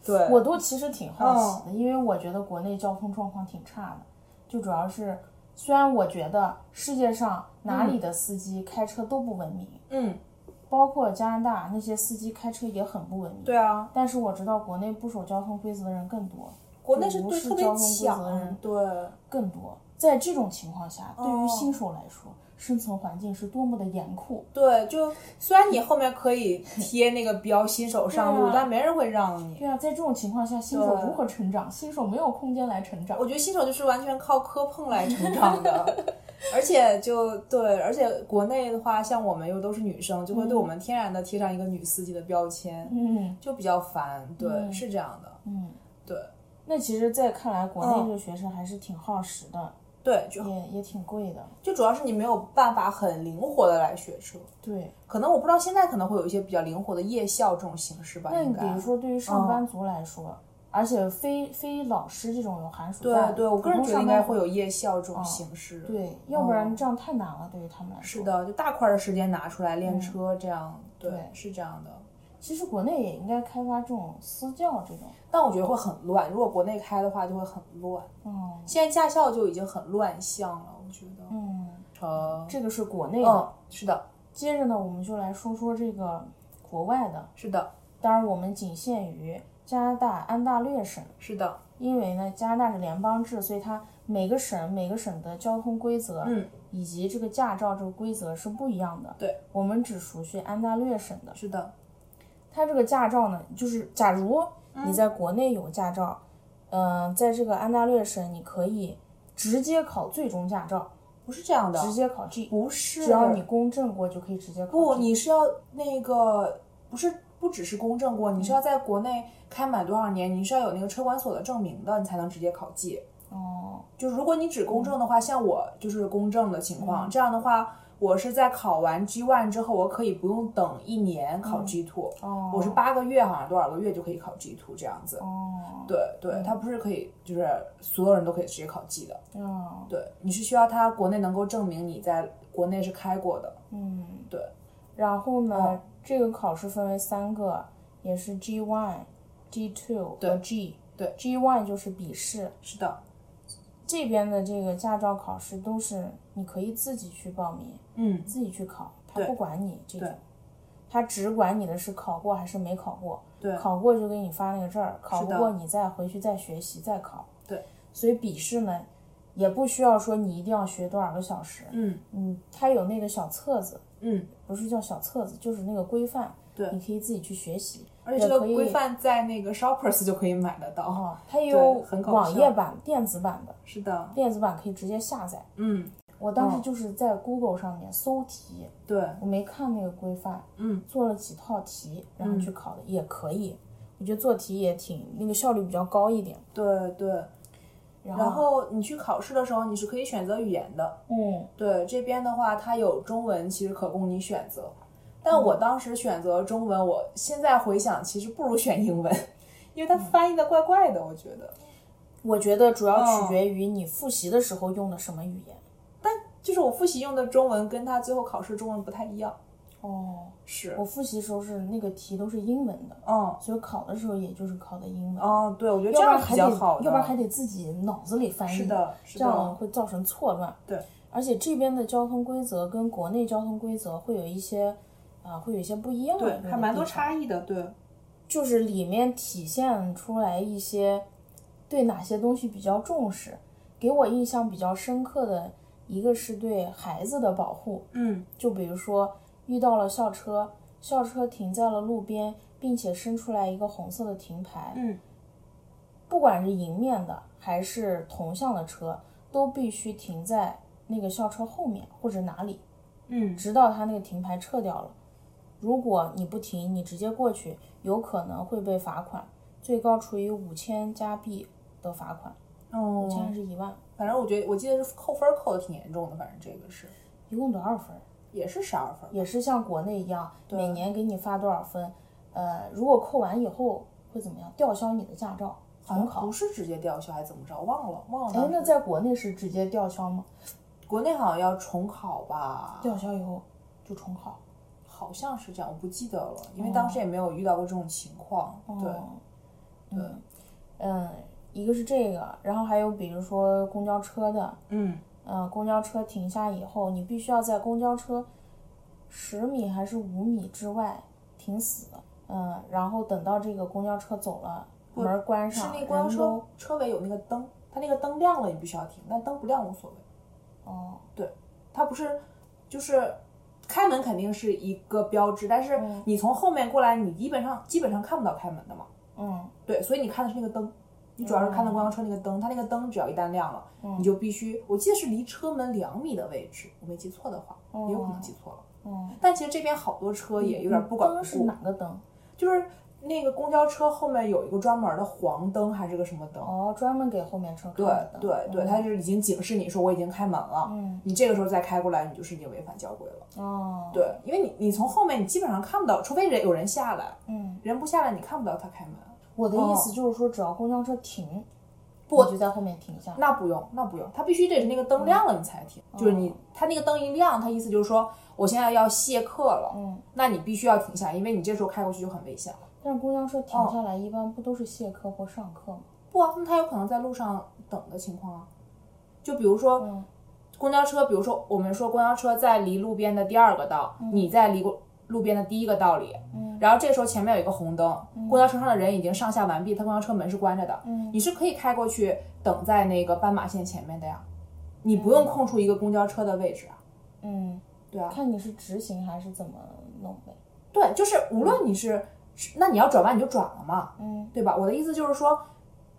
Speaker 3: 对，
Speaker 1: 我都其实挺好
Speaker 3: 哦
Speaker 1: 奇的，因为我觉得国内交通状况挺差的，就主要是虽然我觉得世界上哪里的司机开车都不文明，
Speaker 3: 嗯，
Speaker 1: 包括加拿大那些司机开车也很不文明，
Speaker 3: 对啊，
Speaker 1: 但是我知道国内不守交通规则的人更多，
Speaker 3: 国内是
Speaker 1: 无
Speaker 3: 对
Speaker 1: 视
Speaker 3: 特别
Speaker 1: 交通规则的
Speaker 3: 抢
Speaker 1: 人，
Speaker 3: 对，
Speaker 1: 更多。在这种情况下，对
Speaker 3: 哦
Speaker 1: 于新手来说，生存环境是多么的严酷。
Speaker 3: 对，就虽然你后面可 (laughs) 以贴那个标新手上路，
Speaker 1: 对啊
Speaker 3: 但没人会让你。
Speaker 1: 对啊，在这种情况下，新手
Speaker 3: 对
Speaker 1: 如何成长？新手没有空间来成长
Speaker 3: 我。觉得新手就是完全靠磕碰来成长 (laughs) 的，而且就对，而且国内的话，像我们又都是女生，就会对我们天然的贴上一个女司机的标签，
Speaker 1: 嗯
Speaker 3: 就比较烦。对，
Speaker 1: 嗯
Speaker 3: 是这样的。
Speaker 1: 嗯，
Speaker 3: 对
Speaker 1: 那其实，在看来，国内
Speaker 3: 嗯
Speaker 1: 这个学生还是挺耗时的，
Speaker 3: 对，就
Speaker 1: 也也挺贵的。
Speaker 3: 就主要是你没有办法很灵活的来学车。
Speaker 1: 对，
Speaker 3: 可能我不知道现在可能会有一些比较灵活的夜校这种形式吧，
Speaker 1: 那
Speaker 3: 应
Speaker 1: 你
Speaker 3: 该。
Speaker 1: 比如说，对于上班族来说，而且非非老师这种有寒暑假的，
Speaker 3: 啊对对，我个人
Speaker 1: 普通
Speaker 3: 觉得
Speaker 1: 上
Speaker 3: 应该
Speaker 1: 班
Speaker 3: 会
Speaker 1: 族
Speaker 3: 有夜校这种形式。
Speaker 1: 对，要不然
Speaker 3: 嗯
Speaker 1: 这样太难了，对于他们来说。
Speaker 3: 是，的，就大块儿的时间拿出来练车，这样
Speaker 1: 嗯
Speaker 3: 对
Speaker 1: 对
Speaker 3: 是这样的。
Speaker 1: 其实国内也应该开发这种私教这种。
Speaker 3: 但我觉得会很乱，如果国内开的话就会很乱。
Speaker 1: 嗯
Speaker 3: 现在驾校就已经很乱象了，我觉得。
Speaker 1: 嗯，
Speaker 3: 呃，
Speaker 1: 这个是国内的。
Speaker 3: 嗯，是的，
Speaker 1: 接着呢，我们就来说说这个国外的，
Speaker 3: 是的，
Speaker 1: 当然我们仅限于加拿大安大略省，
Speaker 3: 是的，
Speaker 1: 因为呢加拿大是联邦制，所以它每个省每个省的交通规则，
Speaker 3: 嗯，
Speaker 1: 以及这个驾照这个规则是不一样的。
Speaker 3: 对，
Speaker 1: 我们只熟悉安大略省的。
Speaker 3: 是的，
Speaker 1: 它这个驾照呢，就是假如
Speaker 3: 嗯
Speaker 1: 你在国内有驾照，嗯、在这个安大略省你可以直接考最终驾照，
Speaker 3: 不是这样的，
Speaker 1: 直接考 G，
Speaker 3: 不是，
Speaker 1: 只要你公证过就可以直接考 G。
Speaker 3: 不，你是要那个不是不只是公证过，你
Speaker 1: 嗯
Speaker 3: 是要在国内开满多少年，你是要有那个车管所的证明的，你才能直接考级。
Speaker 1: 哦，嗯
Speaker 3: 就如果你只公证的话，像我就是公证的情况，这样的话，我是在考完 G one 之后，我可以不用等一年考 G two，、
Speaker 1: 嗯哦
Speaker 3: 我是八个月好像多少个月就可以考 G two 这样子。
Speaker 1: 哦，
Speaker 3: 对对，它不是可以就是所有人都可以直接考 G 的，
Speaker 1: 嗯
Speaker 3: 对，你是需要他国内能够证明你在国内是开过的。
Speaker 1: 嗯，
Speaker 3: 对。
Speaker 1: 然后呢，
Speaker 3: 哦
Speaker 1: 这个考试分为三个，也是 G one、G two 和
Speaker 3: 对
Speaker 1: G。
Speaker 3: 对
Speaker 1: ，G one 就是笔试，
Speaker 3: 是的，
Speaker 1: 这边的这个驾照考试都是你可以自己去报名，
Speaker 3: 嗯，
Speaker 1: 自己去考，他
Speaker 3: 对
Speaker 1: 不管你这种
Speaker 3: 对，
Speaker 1: 他只管你的是考过还是没考过，
Speaker 3: 对
Speaker 1: 考过就给你发那个证儿，考
Speaker 3: 是
Speaker 1: 不
Speaker 3: 的
Speaker 1: 过你再回去再学习再考。
Speaker 3: 对，
Speaker 1: 所以笔试呢，也不需要说你一定要学多少个小时，
Speaker 3: 嗯
Speaker 1: 嗯，它有那个小册子，
Speaker 3: 嗯，
Speaker 1: 不是叫小册子，就是那个规范，
Speaker 3: 对
Speaker 1: 你可以自己去学习，
Speaker 3: 而且这个
Speaker 1: 也可以
Speaker 3: 规范在那个 Shoppers 就可以买得到。
Speaker 1: 哦，它也有
Speaker 3: 对很搞笑
Speaker 1: 网页版、电子版的，
Speaker 3: 是的，
Speaker 1: 电子版可以直接下载。
Speaker 3: 嗯，
Speaker 1: 我当时就是在 Google 上面搜题，
Speaker 3: 对，
Speaker 1: 我没看那个规范，
Speaker 3: 嗯，
Speaker 1: 做了几套题，然后去考的、也可以。我觉得做题也挺那个效率比较高一点。
Speaker 3: 对对。
Speaker 1: 然后，
Speaker 3: 然后你去考试的时候，你是可以选择语言的。
Speaker 1: 嗯，
Speaker 3: 对，这边的话，它有中文，其实可供你选择。但我当时选择中文，我现在回想，其实不如选英文， (laughs) 因为它翻译的怪怪的，我觉得。
Speaker 1: 我觉得主要取
Speaker 3: 哦
Speaker 1: 决于你复习的时候用的什么语言。
Speaker 3: 就是我复习用的中文跟他最后考试中文不太一样。
Speaker 1: 哦，
Speaker 3: 是
Speaker 1: 我，复习时候是那个题都是英文的，
Speaker 3: 嗯，
Speaker 1: 所以考的时候也就是考的英文。
Speaker 3: 哦，对，我觉得这
Speaker 1: 要不然
Speaker 3: 样
Speaker 1: 还
Speaker 3: 比
Speaker 1: 得，
Speaker 3: 较好的。
Speaker 1: 要不然还得自己脑子里翻译，
Speaker 3: 是的，是
Speaker 1: 这
Speaker 3: 的，
Speaker 1: 样会造成错乱。
Speaker 3: 对，
Speaker 1: 而且这边的交通规则跟国内交通规则会有一些，啊、会有一些不一样的，
Speaker 3: 对，还蛮多
Speaker 1: 异，
Speaker 3: 差异的，对。
Speaker 1: 就是里面体现出来一些对哪些东西比较重视。给我印象比较深刻的一个是对孩子的保护，
Speaker 3: 嗯，
Speaker 1: 就比如说遇到了校车，校车停在了路边，并且伸出来一个红色的停牌，
Speaker 3: 嗯，
Speaker 1: 不管是迎面的还是同向的车，都必须停在那个校车后面或者哪里，
Speaker 3: 嗯，
Speaker 1: 直到他那个停牌撤掉了。如果你不停，你直接过去，有可能会被罚款，最高处以五千加币的罚款，
Speaker 3: 哦
Speaker 1: 五千还是一万？
Speaker 3: 反正我觉得，我记得是扣分儿扣的挺严重的，反正这个是
Speaker 1: 一共多少分儿？
Speaker 3: 也是十二分儿。
Speaker 1: 也是像国内一样，每年给你发多少分，呃，如果扣完以后会怎么样？吊销你的驾照，
Speaker 3: 好像
Speaker 1: 重考
Speaker 3: 不。是直接吊销还是怎么着，忘了忘了
Speaker 1: 哎
Speaker 3: 当，时。
Speaker 1: 那在国内是直接吊销吗？
Speaker 3: 国内好像要重考吧？
Speaker 1: 吊销以后就重考。
Speaker 3: 好像是这样，我不记得了，因为当时也没有遇到过这种情况。
Speaker 1: 哦嗯，嗯，一个是这个，然后还有比如说公交车的，
Speaker 3: 对，嗯，
Speaker 1: 嗯，公交车停下以后，你必须要在公交车十米还是五米之外停死，嗯，然后等到这个公交车走了，门儿关
Speaker 3: 是
Speaker 1: 上，
Speaker 3: 那公交
Speaker 1: 人都
Speaker 3: 车车尾有那个灯，它那个灯亮了你必须要停，但灯不亮无所谓。
Speaker 1: 哦，
Speaker 3: 它不是就是开门肯定是一个标志，但是
Speaker 1: 嗯
Speaker 3: 你从后面过来，你基本上基本上看不到开门的嘛。
Speaker 1: 嗯
Speaker 3: 对，所以你看的是那个灯，你主要是看的
Speaker 1: 哦
Speaker 3: 公交车那个灯，它那个灯只要一旦亮了，
Speaker 1: 嗯
Speaker 3: 你就必须，我记得是离车门两米的位置，我没记错的话，
Speaker 1: 哦
Speaker 3: 也有可能记错了。
Speaker 1: 嗯，
Speaker 3: 但其实这边好多车也有点不管
Speaker 1: 灯
Speaker 3: 不
Speaker 1: 是
Speaker 3: 顾
Speaker 1: 哪，个灯？
Speaker 3: 就是那个公交车后面有一个专门的黄灯还是个什么灯，
Speaker 1: 哦，专门给后面车看
Speaker 3: 对
Speaker 1: 的灯。
Speaker 3: 对对，
Speaker 1: 嗯
Speaker 3: 它就是已经警示你说我已经开门了，
Speaker 1: 嗯
Speaker 3: 你这个时候再开过来，你就是已经违反交规了。
Speaker 1: 哦，，
Speaker 3: 对，因为你你从后面你基本上看不到，除非人有人下来，
Speaker 1: 嗯，
Speaker 3: 人不下来你看不到他开门。
Speaker 1: 我的意思
Speaker 3: 哦
Speaker 1: 就是说，只要公交车停，我就在后面停下。
Speaker 3: 那不用，那不用，他必须得是那个灯亮了你才停，就是你他那个灯一亮，他意思就是说我现在要卸客了，
Speaker 1: 嗯，
Speaker 3: 那你必须要停下，因为你这时候开过去就很危险了。
Speaker 1: 但是公交车停
Speaker 3: 哦
Speaker 1: 下来，一般不都是卸客或上客吗？
Speaker 3: 不啊，那他有可能在路上等的情况啊，就比如说。
Speaker 1: 嗯
Speaker 3: 公交车，比如说我们说公交车在离路边的第二个道，你在离过路边的第一个道里，
Speaker 1: 嗯
Speaker 3: 然后这时候前面有一个红灯，公交车上的人已经上下完毕，他公交车门是关着的，
Speaker 1: 嗯
Speaker 3: 你是可以开过去等在那个斑马线前面的呀，你不用空出一个公交车的位置啊。
Speaker 1: 嗯，
Speaker 3: 对啊
Speaker 1: 看你是直行还是怎么弄呗。
Speaker 3: 对，就是无论你是，那你要转弯你就转了嘛，
Speaker 1: 嗯
Speaker 3: 对吧？我的意思就是说，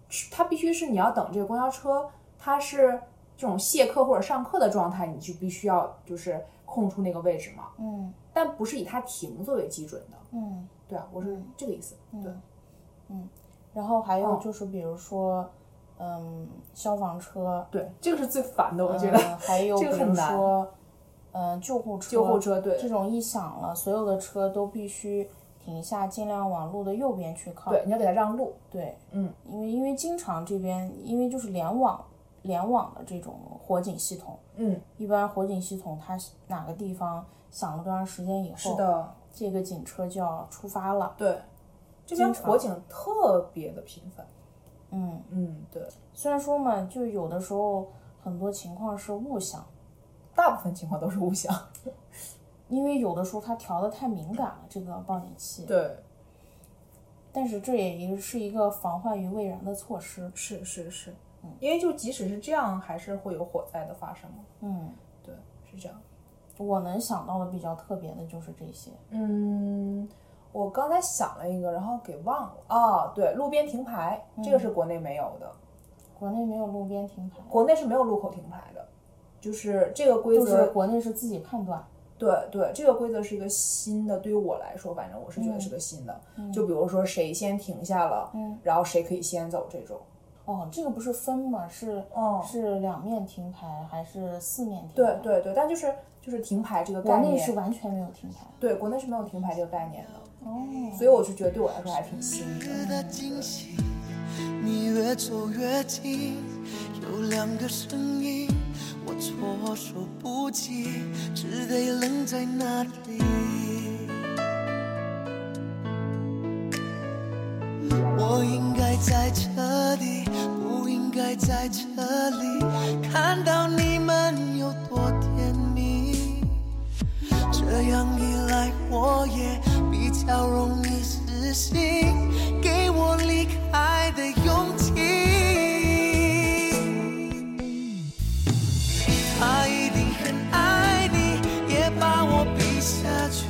Speaker 3: 是它必须是你要等这个公交车，它是这种卸客或者上客的状态，你就必须要就是空出那个位置嘛。
Speaker 1: 嗯
Speaker 3: 但不是以它停作为基准的。
Speaker 1: 嗯，
Speaker 3: 对啊，我是这个意思。对，
Speaker 1: 然后还有
Speaker 3: 哦
Speaker 1: 就是，比如说，嗯，消防
Speaker 3: (laughs)
Speaker 1: 车，
Speaker 3: 对，这个是最烦的，我觉得。
Speaker 1: 嗯，还有比
Speaker 3: 这个很
Speaker 1: 如
Speaker 3: 难
Speaker 1: 说，嗯，救护车，
Speaker 3: 救护车对
Speaker 1: 这种一响了，所有的车都必须停下，尽量往路的右边去靠。
Speaker 3: 对，你要给它让路。
Speaker 1: 对，
Speaker 3: 嗯，
Speaker 1: 因为因为经常这边因为就是联网联网的这种火警系统，
Speaker 3: 嗯，
Speaker 1: 一般火警系统它哪个地方响了多长时间以后，
Speaker 3: 是，的，
Speaker 1: 这个警车就要出发了。
Speaker 3: 对。这边
Speaker 1: 经常
Speaker 3: 火警特别的频繁。
Speaker 1: 嗯，
Speaker 3: 嗯，对，
Speaker 1: 虽然说嘛，就有的时候很多情况是误响，
Speaker 3: 大部分情况都是误响。
Speaker 1: 因为有的时候它调的太敏感了，这个报警器。
Speaker 3: 对，
Speaker 1: 但是这也一个是一个防患于未然的措施。
Speaker 3: 是是是，嗯因为就即使是这样，还是会有火灾的发生嘛。
Speaker 1: 嗯，
Speaker 3: 对，是这样。
Speaker 1: 我能想到的比较特别的就是这些。
Speaker 3: 嗯，我刚才想了一个，然后给忘了。嗯哦，对，路边停牌，这个是国内没有的。
Speaker 1: 国内没有路边停牌，
Speaker 3: 国内是没有路口停牌的，就是这个规
Speaker 1: 就
Speaker 3: 则，
Speaker 1: 是国内是自己判断。
Speaker 3: 对对，这个规则是一个新的，对于我来说，反正我是觉得是个新的。就比如说谁先停下了，
Speaker 1: 嗯
Speaker 3: 然后谁可以先走这种。
Speaker 1: 哦，这个不是分吗？是、
Speaker 3: 哦
Speaker 1: 是两面停牌还是四面停
Speaker 3: 对
Speaker 1: 牌？，
Speaker 3: 对对，但就是就是停牌这个
Speaker 1: 国
Speaker 3: 概
Speaker 1: 内
Speaker 3: 念，
Speaker 1: 是完全没有停牌。
Speaker 3: 对国内是没有停牌这个概念的，
Speaker 1: 哦，
Speaker 3: 所以我就觉得对我来说还挺新的。
Speaker 4: 日的惊喜，你越走越近，有两个声音，我措手不及，只得愣在那里。我应该在这里，不应该在这里，看到你们有多甜蜜。这样一来我也比较容易死心，给我离开的勇气。他一定很爱你，也把我比下去。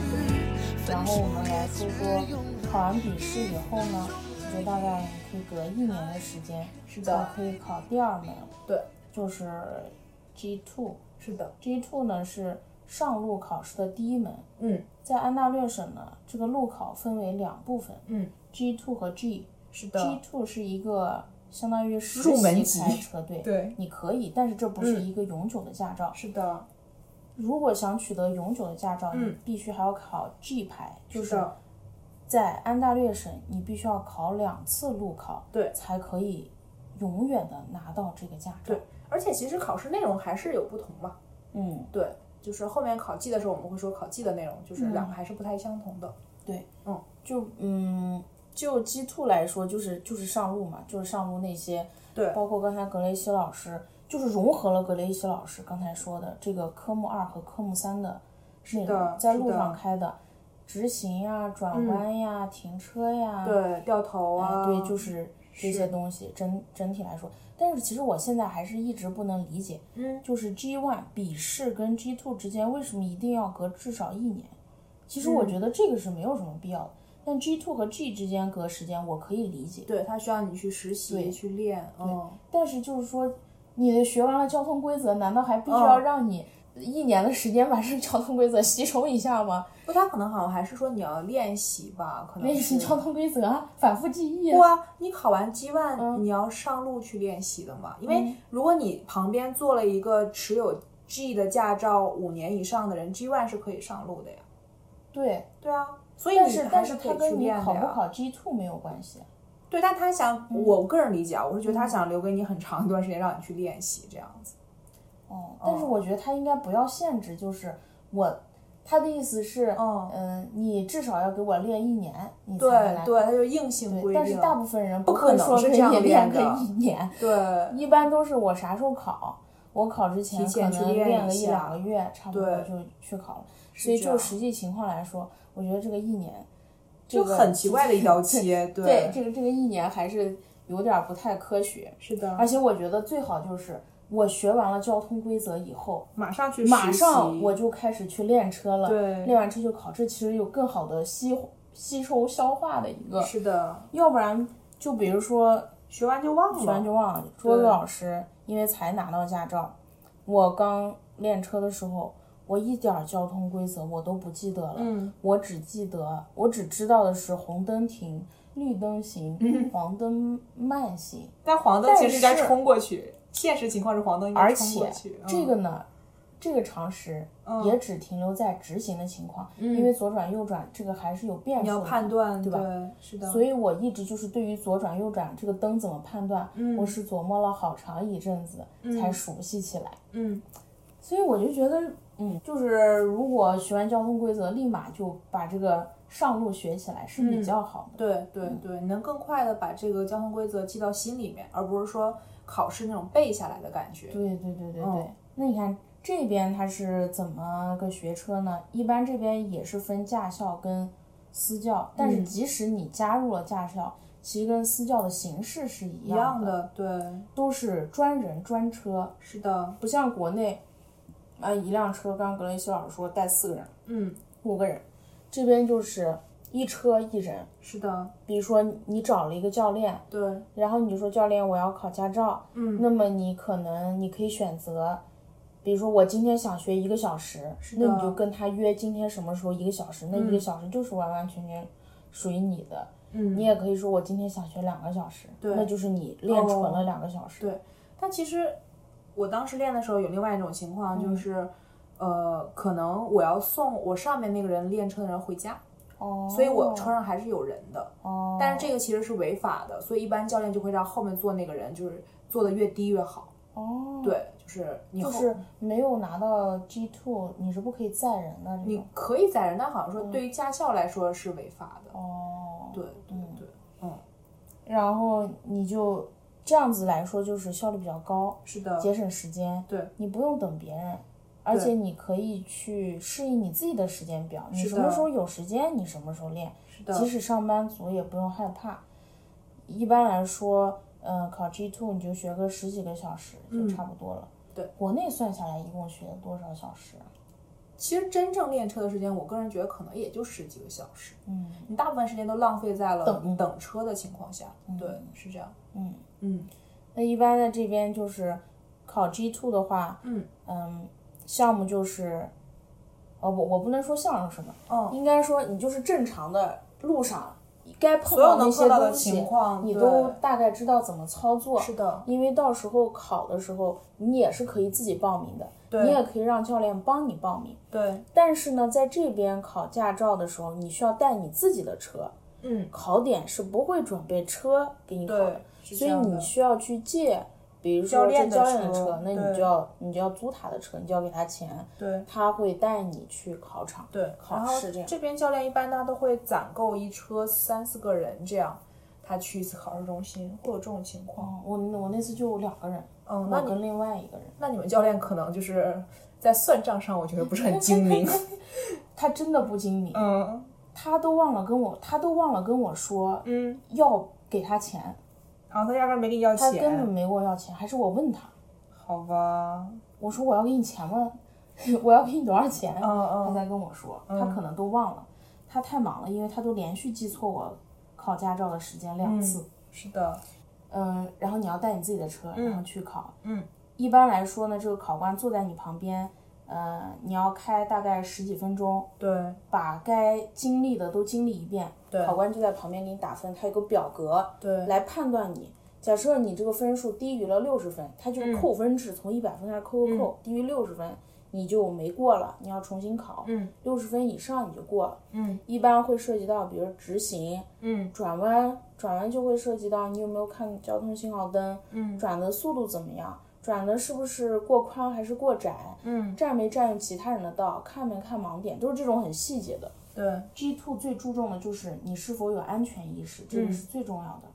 Speaker 1: 然后我们来说说考完笔试以后呢，就大概可以隔一年的时间，
Speaker 3: 是
Speaker 1: 才
Speaker 3: 的，
Speaker 1: 可以考第二门，
Speaker 3: 对，
Speaker 1: 就是 G two。
Speaker 3: 是的，
Speaker 1: G two 呢是上路考试的第一门，
Speaker 3: 嗯
Speaker 1: 在安大略省呢，这个路考分为两部分
Speaker 3: 嗯，
Speaker 1: ，G two 和 G。
Speaker 3: 是
Speaker 1: G
Speaker 3: 的，
Speaker 1: two 是一个相当于实
Speaker 3: 入门
Speaker 1: 习
Speaker 3: 级
Speaker 1: 开车，对，
Speaker 3: 对，
Speaker 1: 你可以，但是这不是
Speaker 3: 嗯
Speaker 1: 一个永久的驾照。
Speaker 3: 是的，
Speaker 1: 如果想取得永久的驾照，
Speaker 3: 嗯
Speaker 1: 你必须还要考 G 牌，就是是
Speaker 3: 的，
Speaker 1: 在安大略省，你必须要考两次路考，
Speaker 3: 对
Speaker 1: 才可以永远的拿到这个驾照
Speaker 3: 对。而且其实考试内容还是有不同嘛。
Speaker 1: 嗯，
Speaker 3: 对，就是后面考季的时候我们会说考季的内容，就是
Speaker 1: 嗯
Speaker 3: 两个还是不太相同的。
Speaker 1: 对，
Speaker 3: 嗯，
Speaker 1: 就嗯，就 G two 来说，就是就是上路嘛，就是上路那些，
Speaker 3: 对
Speaker 1: 包括刚才格雷西老师，就是融合了格雷西老师刚才说的这个科目二和科目三的内
Speaker 3: 的
Speaker 1: 容，在
Speaker 3: 是
Speaker 1: 路
Speaker 3: 的嗯
Speaker 1: 上开的直行呀、转弯呀、停车呀，
Speaker 3: 对，掉头啊，
Speaker 1: 哎，对，就是这些
Speaker 3: 是
Speaker 1: 东西整整体来说。但是其实我现在还是一直不能理解，
Speaker 3: 嗯，
Speaker 1: 就是 G one 笔试跟 G two 之间为什么一定要隔至少一年？其实我
Speaker 3: 嗯
Speaker 1: 觉得这个是没有什么必要的。但 G two 和 G 之间隔时间我可以理解，
Speaker 3: 对，它需要你去实习
Speaker 1: 对
Speaker 3: 去练，嗯，
Speaker 1: 但是就是说，你学完了交通规则，难道还必须要
Speaker 3: 嗯
Speaker 1: 让你一年的时间把这个交通规则吸收一下吗？ (laughs)
Speaker 3: 不，它可能好像还是说你要练习吧，可能
Speaker 1: 练习
Speaker 3: 嗯是
Speaker 1: 交通规则啊，反复记忆啊。
Speaker 3: 不啊，你考完 G one，、
Speaker 1: 嗯
Speaker 3: 你要上路去练习的嘛。因为如果你旁边坐了一个持有 G 的驾照五年以上的人，G one 是可以上路的呀。
Speaker 1: 对，
Speaker 3: 对啊，所以
Speaker 1: 但
Speaker 3: 你
Speaker 1: 是
Speaker 3: 还
Speaker 1: 但是它
Speaker 3: 可以去
Speaker 1: 跟你
Speaker 3: 练
Speaker 1: 考
Speaker 3: 的
Speaker 1: 不
Speaker 3: 呀。
Speaker 1: 考嗯 G two 没有关系。啊
Speaker 3: 对，但他想，我个人理解啊，我是觉得他想留给你很长一段时间让你去练习这样子。
Speaker 1: 哦，但是我觉得他应该不要限制，就是我，他的意思是，
Speaker 3: 嗯
Speaker 1: 嗯、你至少要给我练一年，你才
Speaker 3: 对
Speaker 1: 能来。
Speaker 3: 对，他就硬性
Speaker 1: 对
Speaker 3: 规定。
Speaker 1: 但是大部分人
Speaker 3: 不可
Speaker 1: 会
Speaker 3: 能
Speaker 1: 说
Speaker 3: 是
Speaker 1: 给
Speaker 3: 这样
Speaker 1: 你练
Speaker 3: 练
Speaker 1: 个
Speaker 3: 的 (laughs)
Speaker 1: 一年，
Speaker 3: 对
Speaker 1: 一般都是我啥时候考，我考之前
Speaker 3: 提
Speaker 1: 可
Speaker 3: 前去
Speaker 1: 能
Speaker 3: 练
Speaker 1: 练
Speaker 3: 一
Speaker 1: 个一
Speaker 3: 下
Speaker 1: 两个月，差不多
Speaker 3: 对
Speaker 1: 就去考了。
Speaker 3: 是
Speaker 1: 所以
Speaker 3: 这
Speaker 1: 就
Speaker 3: 样
Speaker 1: 实际情况来说，我觉得这个一年，
Speaker 3: 就
Speaker 1: 这个
Speaker 3: 很奇怪的一条街。对
Speaker 1: (laughs) 对这个这个一年还是有点儿不太科学。
Speaker 3: 是的，
Speaker 1: 而且我觉得最好就是我学完了交通规则以后，
Speaker 3: 马上去
Speaker 1: 马
Speaker 3: 实
Speaker 1: 上
Speaker 3: 习
Speaker 1: 我就开始去练车了，
Speaker 3: 对
Speaker 1: 练完车就考，这其实有更好的吸吸收消化的一个，
Speaker 3: 是的，
Speaker 1: 要不然就比如说
Speaker 3: 学完就忘了。
Speaker 1: 学完就忘了，桌子老师因为才拿到驾照，我刚练车的时候，我一点儿交通规则我都不记得了，
Speaker 3: 嗯
Speaker 1: 我只记得我只知道的是红灯停。绿灯行，
Speaker 3: 嗯
Speaker 1: 黄灯慢行，
Speaker 3: 但黄灯其实应该
Speaker 1: 但是
Speaker 3: 冲过去，现实情况是黄灯应该
Speaker 1: 而
Speaker 3: 冲过
Speaker 1: 且
Speaker 3: 去。
Speaker 1: 这
Speaker 3: 嗯
Speaker 1: 个呢，这个常识也只停留在直行的情况，因为左转右转这个还是有变数
Speaker 3: 嗯你
Speaker 1: 的，
Speaker 3: 要判断，
Speaker 1: 对吧？
Speaker 3: 是的，
Speaker 1: 所以我一直就是对于左转右转这个灯怎么判断，
Speaker 3: 嗯
Speaker 1: 我是琢磨了好长一阵子、才熟悉起来。
Speaker 3: 嗯，
Speaker 1: 所以我就觉得，嗯，就是如果学完交通规则，立马就把这个上路学起来是
Speaker 3: 嗯
Speaker 1: 比较好的。
Speaker 3: 对对对，你能更快的把这个交通规则记到心里面，而不是说考试那种背下来的感觉。
Speaker 1: 对对对对对。
Speaker 3: 嗯
Speaker 1: 那你看这边它是怎么个学车呢？一般这边也是分驾校跟私教，但是
Speaker 3: 嗯
Speaker 1: 即使你加入了驾校，其实跟私教的形式是一
Speaker 3: 一样
Speaker 1: 的，
Speaker 3: 的，对，
Speaker 1: 都是专人专车，
Speaker 3: 是的，
Speaker 1: 不像国内，啊、一辆车，刚刚格雷西老师说带四个人、
Speaker 3: 嗯，
Speaker 1: 五个人，这边就是一车一人。
Speaker 3: 是的，
Speaker 1: 比如说你找了一个教练，
Speaker 3: 对，
Speaker 1: 然后你就说教练，我要考驾照。
Speaker 3: 嗯
Speaker 1: 那么你可能你可以选择，比如说我今天想学一个小时，
Speaker 3: 的
Speaker 1: 那你就跟他约今天什么时候一个小时，那一个小时就是完完全全属于你的。
Speaker 3: 嗯
Speaker 1: 你也可以说我今天想学两个小时，
Speaker 3: 对
Speaker 1: 那就是你练纯
Speaker 3: 哦
Speaker 1: 了两个小时。
Speaker 3: 对但其实我当时练的时候有另外一种情
Speaker 1: 嗯
Speaker 3: 况，就是，呃，可能我要送我上面那个人练车的人回家，
Speaker 1: 哦，
Speaker 3: 所以我车上还是有人的。
Speaker 1: 哦，
Speaker 3: 但是这个其实是违法的，所以一般教练就会让后面坐那个人就是坐的越低越好。
Speaker 1: 哦，，
Speaker 3: 对，就是你
Speaker 1: 就
Speaker 3: 后
Speaker 1: 是没有拿到 G two，你是不可以载人的这
Speaker 3: 你
Speaker 1: 种。
Speaker 3: 可以载人，但好像说对于驾校来说是违法的。
Speaker 1: 嗯哦，
Speaker 3: 对对对，嗯，
Speaker 1: 然后你就这样子来说，就是效率比较高，
Speaker 3: 是的，
Speaker 1: 节省时间。
Speaker 3: 对，
Speaker 1: 你不用等别人，而
Speaker 3: 对
Speaker 1: 且你可以去适应你自己的时间表，你
Speaker 3: 是
Speaker 1: 什么
Speaker 3: 的
Speaker 1: 时候有时间，你什么时候练。
Speaker 3: 是的，
Speaker 1: 即使上班族也不用害怕。一般来说，呃，考 G two 你就学个十几个小时就差不多了。
Speaker 3: 嗯对，
Speaker 1: 国内算下来一共学了多少小时啊？
Speaker 3: 其实真正练车的时间，我个人觉得可能也就十几个小时，
Speaker 1: 嗯
Speaker 3: 你大部分时间都浪费在了
Speaker 1: 等
Speaker 3: 等车的情况下。对，是这样。
Speaker 1: 嗯。
Speaker 3: 嗯
Speaker 1: 那一般在这边就是考 G two 的话，
Speaker 3: 嗯
Speaker 1: 嗯，项目就是，呃，我我不能说项目什么，
Speaker 3: 嗯，
Speaker 1: 应该说你就是正常的路上该碰
Speaker 3: 所有
Speaker 1: 到的
Speaker 3: 能
Speaker 1: 一
Speaker 3: 碰
Speaker 1: 些
Speaker 3: 到的
Speaker 1: 东西
Speaker 3: 情，况，
Speaker 1: 你
Speaker 3: 对
Speaker 1: 都大概知道怎么操作。
Speaker 3: 是的，
Speaker 1: 因为到时候考的时候，你也是可以自己报名的，
Speaker 3: 对
Speaker 1: 你也可以让教练帮你报名。
Speaker 3: 对，
Speaker 1: 但是呢，在这边考驾照的时候，你需要带你自己的车，
Speaker 3: 嗯，
Speaker 1: 考点是不会准备车给你考的
Speaker 3: 对，，是
Speaker 1: 所
Speaker 3: 这
Speaker 1: 以
Speaker 3: 样
Speaker 1: 你
Speaker 3: 的。
Speaker 1: 需要去借比如
Speaker 5: 教
Speaker 1: 说
Speaker 5: 练
Speaker 1: 这
Speaker 5: 的
Speaker 1: 教练的
Speaker 5: 车
Speaker 1: 车，
Speaker 5: 对
Speaker 1: 那你就要你就要租他的车，你就要给他钱，
Speaker 5: 对
Speaker 1: 他会带你去考场，
Speaker 5: 对
Speaker 3: 然
Speaker 1: 考
Speaker 3: 后
Speaker 1: 试这样。
Speaker 3: 这边教练一般他都会攒够一车三四个人这样，他去一次考试中心会有这种情况。
Speaker 1: 哦我我那次就两个人，
Speaker 3: 嗯，那
Speaker 1: 我
Speaker 3: 你
Speaker 1: 跟另外一个人，
Speaker 3: 那你们教练可能就是在算账上，我觉得不是很精
Speaker 1: (laughs)
Speaker 3: 明。
Speaker 1: 他真的不精明，
Speaker 3: 嗯
Speaker 1: 他都忘了跟我，他都忘了跟我说
Speaker 3: 嗯，
Speaker 1: 要给他钱，
Speaker 3: 然啊后他压根儿没跟你要
Speaker 1: 他根本
Speaker 3: 钱，
Speaker 1: 没跟我要钱，还是我问他，
Speaker 3: 好吧？
Speaker 1: 我说我要给你钱吗？ (laughs) 我要给你多少钱？
Speaker 3: 嗯
Speaker 1: 他
Speaker 3: 嗯
Speaker 1: 才跟我说，他可能都忘了，他太忙了，因为他都连续记错我考驾照的时间两次。
Speaker 3: 是的，
Speaker 1: 嗯，然后你要带你自己的车，然后去考。
Speaker 3: 嗯，
Speaker 1: 一般来说呢，这个考官坐在你旁边，呃，你要开大概十几分钟，
Speaker 3: 对
Speaker 1: 把该经历的都经历一遍。
Speaker 3: 对
Speaker 1: 考官就在旁边给你打分，他有个表格
Speaker 3: 对
Speaker 1: 来判断你。假设你这个分数低于了六十分，他就是扣分制，从一百分开始扣扣扣，
Speaker 3: 嗯
Speaker 1: 低于六十分你就没过了，你要重新考。
Speaker 3: 嗯，
Speaker 1: 六十分以上你就过了。
Speaker 3: 嗯，
Speaker 1: 一般会涉及到，比如直行、
Speaker 3: 嗯
Speaker 1: 转弯，转弯就会涉及到你有没有看交通信号灯，
Speaker 3: 嗯
Speaker 1: 转的速度怎么样，转的是不是过宽还是过窄，
Speaker 3: 嗯
Speaker 1: 占没占用其他人的道，看没看盲点，就是这种很细节的。
Speaker 3: 对
Speaker 1: G two 最注重的就是你是否有安全意识，
Speaker 3: 嗯
Speaker 1: 这个是最重要的。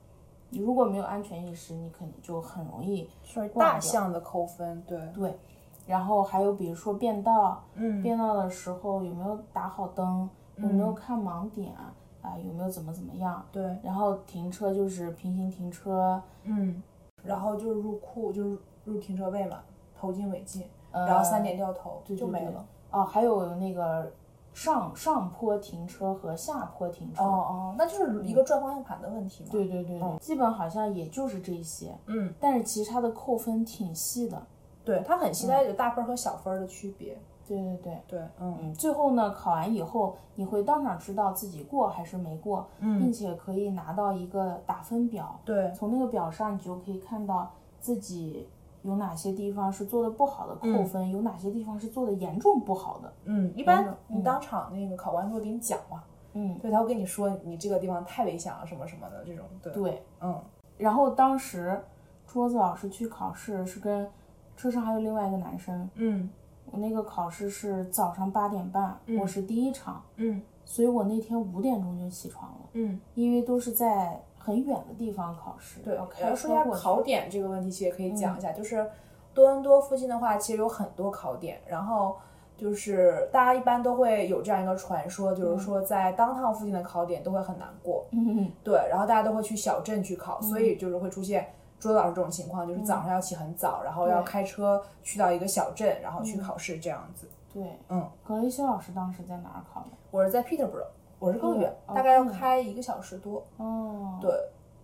Speaker 1: 你如果没有安全意识，你可能就很容易挂
Speaker 3: 大
Speaker 1: 掉
Speaker 3: 项的扣分，对
Speaker 1: 对。然后还有比如说变道，
Speaker 3: 嗯
Speaker 1: 变道的时候有没有打好灯，有没有看盲点啊、有没有怎么怎么样？
Speaker 3: 对
Speaker 1: 然后停车就是平行停车，
Speaker 3: 嗯，然后就是入库，就是入停车位嘛，头进尾进，然后三点掉头
Speaker 1: 对
Speaker 3: 就
Speaker 1: 对
Speaker 3: 没
Speaker 1: 对
Speaker 3: 了。
Speaker 1: 呃哦，还有那个上上坡停车和下坡停车。
Speaker 3: 哦哦，那就是一个转方向盘的问题嘛。
Speaker 1: 对对对对，基本好像也就是这些，
Speaker 3: 嗯，
Speaker 1: 但是其实它的扣分挺细的。
Speaker 3: 对，它很期
Speaker 1: 嗯
Speaker 3: 待有大分儿和小分儿的区别。
Speaker 1: 对对对，
Speaker 3: 对，嗯
Speaker 1: 嗯，最后呢，考完以后你会当场知道自己过还是没过，
Speaker 3: 嗯
Speaker 1: 并且可以拿到一个打分表，
Speaker 3: 对
Speaker 1: 从那个表上你就可以看到自己有哪些地方是做的不好的扣分，有哪些地方是做的严重不好的。
Speaker 3: 嗯，一般你当场那个考官会给你讲嘛，
Speaker 1: 嗯，
Speaker 3: 对，他会跟你说你这个地方太危险了，什么什么的这种。对，
Speaker 1: 对。
Speaker 3: 嗯
Speaker 1: 然后当时桌子老师去考试是跟车上还有另外一个男生，
Speaker 3: 嗯
Speaker 1: 我那个考试是早上八点半，我是第一场，
Speaker 3: 嗯
Speaker 1: 所以我那天五点钟就起床了。
Speaker 3: 嗯，
Speaker 1: 因为都是在很远的地方哦考试，
Speaker 3: 对
Speaker 1: 要。开
Speaker 3: 然后
Speaker 1: 车
Speaker 3: 说一下
Speaker 1: 过嗯去
Speaker 3: 考点这个问题，其实也可以讲一下，就是多伦多附近的话，其实有很多考点，然后。就是大家一般都会有这样一个传说，就是说在当趟附近的考点都会很难过，
Speaker 1: 嗯，
Speaker 3: 对，然后大家都会去小镇去考，所以就是会出现朱老师这种情况，就是早上要起很早，然后要
Speaker 1: 嗯对嗯
Speaker 3: 开车去到一个小镇，然后去考试这样子。
Speaker 1: (laughs) 对，
Speaker 3: 嗯，
Speaker 1: 格雷西老师当时在哪儿考的？
Speaker 3: 我是在 Peterborough，我是更远，
Speaker 1: 哦
Speaker 3: 大概要
Speaker 1: 更远
Speaker 3: 开一个小时多。
Speaker 1: 哦，
Speaker 3: 对，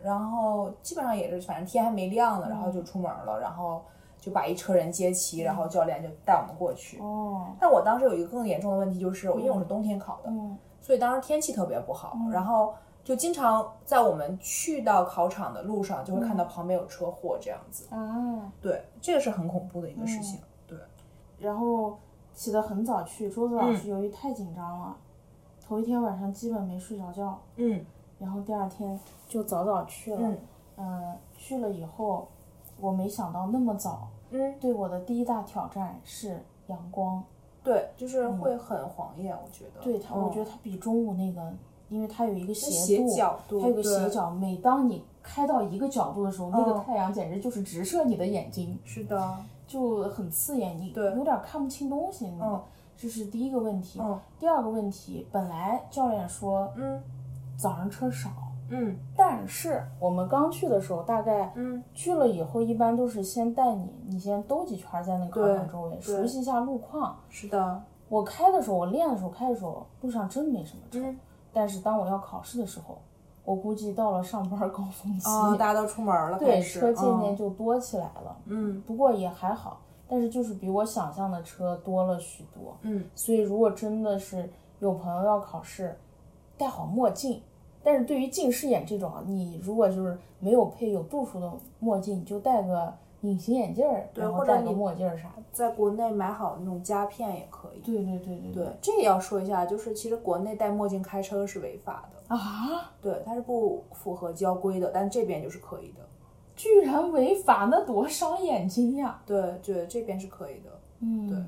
Speaker 3: 然后基本上也是，反正天还没亮呢，然后就
Speaker 1: 嗯
Speaker 3: 出门了，然后就把一车人接齐，然后教练就带我们过去。
Speaker 1: 哦，
Speaker 3: 但我当时有一个更严重的问题，就是因为我是冬天考的，
Speaker 1: 嗯
Speaker 3: 所以当时天气特别不好，然后就经常在我们去到考场的路上，就会
Speaker 1: 嗯
Speaker 3: 看到旁边有车祸这样子。
Speaker 1: 啊，
Speaker 3: 对，这个是很恐怖的一个事情。
Speaker 1: 哦
Speaker 3: 对，
Speaker 1: 然后起得很早去，桌子老
Speaker 3: 嗯
Speaker 1: 师由于太紧张了，头一天晚上基本没睡着觉，
Speaker 3: 嗯
Speaker 1: 然后第二天就早早去了，
Speaker 3: 嗯
Speaker 1: 嗯、去了以后，我没想到那么早，
Speaker 3: 嗯，
Speaker 1: 对我的第一大挑战是阳光，
Speaker 3: 对，就是会很晃眼，我觉得。
Speaker 1: 嗯
Speaker 3: 嗯
Speaker 1: 对它，我觉得它比中午那个，因为它有一个
Speaker 3: 哦斜
Speaker 1: 度，
Speaker 3: 角度
Speaker 1: 它有个
Speaker 3: 对
Speaker 1: 斜角。每当你开到一个角度的时候，那个
Speaker 3: 嗯
Speaker 1: 太阳简直就是直射你的眼睛，
Speaker 3: 是的，
Speaker 1: 就很刺眼，你
Speaker 3: 对哦
Speaker 1: 有点看不清东西。你知道吗这是第一个问题
Speaker 3: 嗯。
Speaker 1: 第二个问题，本来教练说
Speaker 3: 嗯
Speaker 1: 早上车少，
Speaker 3: 嗯
Speaker 1: 但是我们刚去的时候，大概
Speaker 3: 嗯
Speaker 1: 去了以后，一般都是先带你，你先兜几圈在那个考
Speaker 3: 对
Speaker 1: 场周围，
Speaker 3: 对
Speaker 1: 熟悉一下路况。
Speaker 3: 是的，
Speaker 1: 我开的时候，我练的时候开的时候，路上真没什么车。
Speaker 3: 嗯
Speaker 1: 但是当我要考试的时候，我估计到了上班高峰期， (laughs)
Speaker 3: 哦，大家都出门了，
Speaker 1: 对
Speaker 3: 开始
Speaker 1: 车渐渐
Speaker 3: 嗯
Speaker 1: 就多起来了。
Speaker 3: 嗯
Speaker 1: 不过也还好，但是就是比我想象的车多了许多。
Speaker 3: 嗯，
Speaker 1: 所以如果真的是有朋友要考试，戴好墨镜。但是对于近视眼这种啊，你如果就是没有配有度数的墨镜，你就戴个隐形眼镜儿，
Speaker 3: 对
Speaker 1: 然后
Speaker 3: 或者
Speaker 1: 戴个
Speaker 3: 你
Speaker 1: 墨镜儿啥的。
Speaker 3: 在国内买好那种夹片也可以。
Speaker 1: 对对对对
Speaker 3: 对，这也要说一下，就是其实国内戴墨镜开车是违法的，
Speaker 1: 啊！
Speaker 3: 对，它是不符合交规的，但这边就是可以的。
Speaker 1: 居然违法，那多伤眼睛呀！
Speaker 3: 对对，这边是可以的。
Speaker 1: 嗯，
Speaker 3: 对。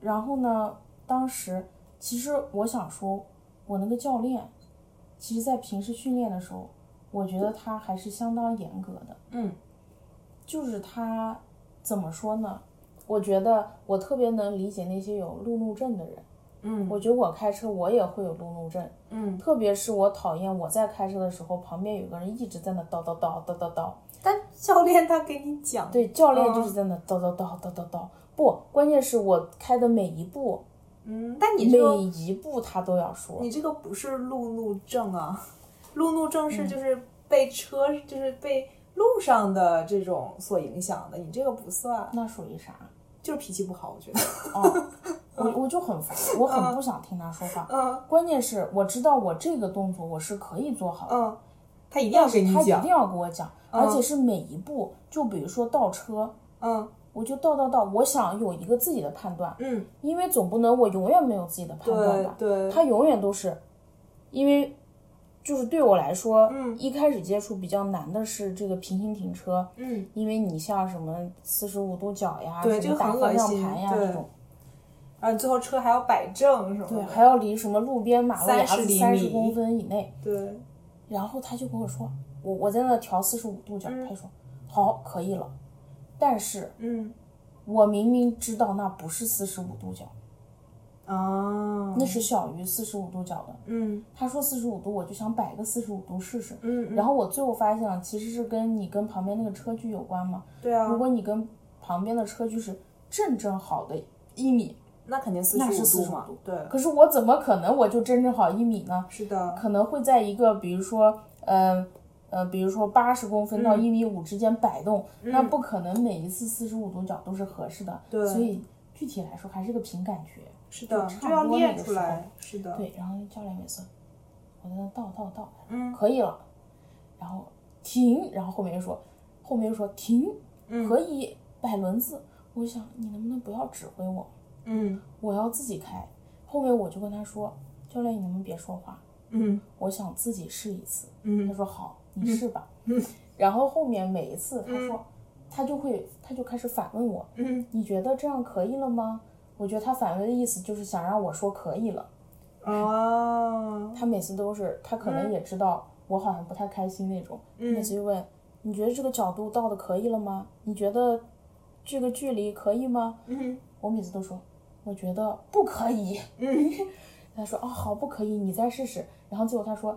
Speaker 1: 然后呢，当时其实我想说，我那个教练，其实在平时训练的时候，我觉得他还是相当严格的。
Speaker 3: 嗯，
Speaker 1: 就是他怎么说呢？我觉得我特别能理解那些有路怒症的人。
Speaker 3: 嗯
Speaker 1: 我觉得我开车我也会有路怒症，
Speaker 3: 嗯，
Speaker 1: 特别是我讨厌我在开车的时候，旁边有个人一直在那叨叨叨叨叨叨。
Speaker 3: 但教练他给你讲，
Speaker 1: 对，教练
Speaker 3: 嗯
Speaker 1: 就是在那叨叨叨叨叨叨。不，关键是我开的每一步，
Speaker 3: 嗯，但你
Speaker 1: 每
Speaker 3: 这个
Speaker 1: 一步他都要说。
Speaker 3: 你这个不是路怒症啊，路怒症
Speaker 1: 嗯
Speaker 3: 是就是被车、就是被路上的这种所影响的，你这个不算，
Speaker 1: 那属
Speaker 3: (laughs)
Speaker 1: 于啥？
Speaker 3: 就是脾气不好，我觉得。
Speaker 1: 哦，我我就很烦，我很不想听他说话。
Speaker 3: 嗯
Speaker 1: 关键是我知道我这个动作我是可以做好的，
Speaker 3: 嗯，他一定要给你
Speaker 1: 他一
Speaker 3: 讲
Speaker 1: 定，要跟我讲，而且是每一步。就比如说倒车，
Speaker 3: 嗯
Speaker 1: 我就倒倒倒，我想有一个自己的判断，
Speaker 3: 嗯，
Speaker 1: 因为总不能我永远没有自己的判断
Speaker 3: 对
Speaker 1: 吧？
Speaker 3: 对，
Speaker 1: 他永远都是，因为就是对我来说，
Speaker 3: 嗯
Speaker 1: 一开始接触比较难的是这个平行停车，
Speaker 3: 嗯
Speaker 1: 因为你像什么四十五度角呀，
Speaker 3: 对
Speaker 1: 什么
Speaker 3: 这个
Speaker 1: 打
Speaker 3: 很
Speaker 1: 方
Speaker 3: 恶
Speaker 1: 向
Speaker 3: 心
Speaker 1: 盘呀
Speaker 3: 对
Speaker 1: 这种，
Speaker 3: 然后你最后车还要摆正什么
Speaker 1: 对，
Speaker 3: 的，
Speaker 1: 还要离什么路边马路牙
Speaker 3: 30
Speaker 1: 子
Speaker 3: 厘
Speaker 1: 三十
Speaker 3: 米
Speaker 1: 公分以内。
Speaker 3: 对，
Speaker 1: 然后他就跟我说，我我在那调四十五度角，
Speaker 3: 嗯
Speaker 1: 他就说好可以了，但是
Speaker 3: 嗯
Speaker 1: 我明明知道那不是四十五度角，
Speaker 3: 啊，
Speaker 1: 那是小于四十五度角的。
Speaker 3: 嗯
Speaker 1: 他说四十五度，我就想摆个四十五度试试。
Speaker 3: 嗯，嗯
Speaker 1: 然后我最后发现了，其实是跟你跟旁边那个车距有关嘛。
Speaker 3: 对啊
Speaker 1: 如，果你跟旁边的车距是正正好的一米，
Speaker 3: 那肯定四
Speaker 1: 那是
Speaker 3: 十
Speaker 1: 45
Speaker 3: 度嘛
Speaker 1: 度，
Speaker 3: 对，
Speaker 1: 可是我怎么可能我就正正好一米呢？
Speaker 3: 是的，
Speaker 1: 可能会在一个比如说，呃呃，比如说八十公分到
Speaker 3: 嗯
Speaker 1: 一米五之间摆动，那
Speaker 3: 嗯
Speaker 1: 不可能每一次四十五度角都是合适的。
Speaker 3: 对
Speaker 1: 所以具体来说还是个凭感觉。
Speaker 3: 是的，
Speaker 1: 就差
Speaker 3: 就要
Speaker 1: 不多那
Speaker 3: 练
Speaker 1: 个
Speaker 3: 出
Speaker 1: 时候
Speaker 3: 来，是的，
Speaker 1: 对，然后教练每次我在那倒倒倒，
Speaker 3: 嗯
Speaker 1: 可以了，然后停，然后后面又说，后面又说停，
Speaker 3: 嗯
Speaker 1: 可以摆轮子。我想你能不能不要指挥我，
Speaker 3: 嗯
Speaker 1: 我要自己开。后面我就跟他说，教练你能不能别说话，
Speaker 3: 嗯
Speaker 1: 我想自己试一次。他
Speaker 3: 嗯
Speaker 1: 说好，你试吧。 (laughs) 然后后面每一次他说，他就会他就开始反问我，
Speaker 3: 嗯。
Speaker 1: 你觉得这样可以了吗？我觉得他反问的意思就是想让我说可以了。
Speaker 3: 哦，
Speaker 1: 他每次都是，他可
Speaker 3: 嗯
Speaker 1: 能也知道我好像不太开心那种，每次就问你觉得这个角度到的可以了吗？你觉得这个距离可以吗？
Speaker 3: 嗯
Speaker 1: 我每次都说我觉得不可以。
Speaker 3: 嗯，
Speaker 1: (laughs) 他说哦好不可以，你再试试。然后最后他说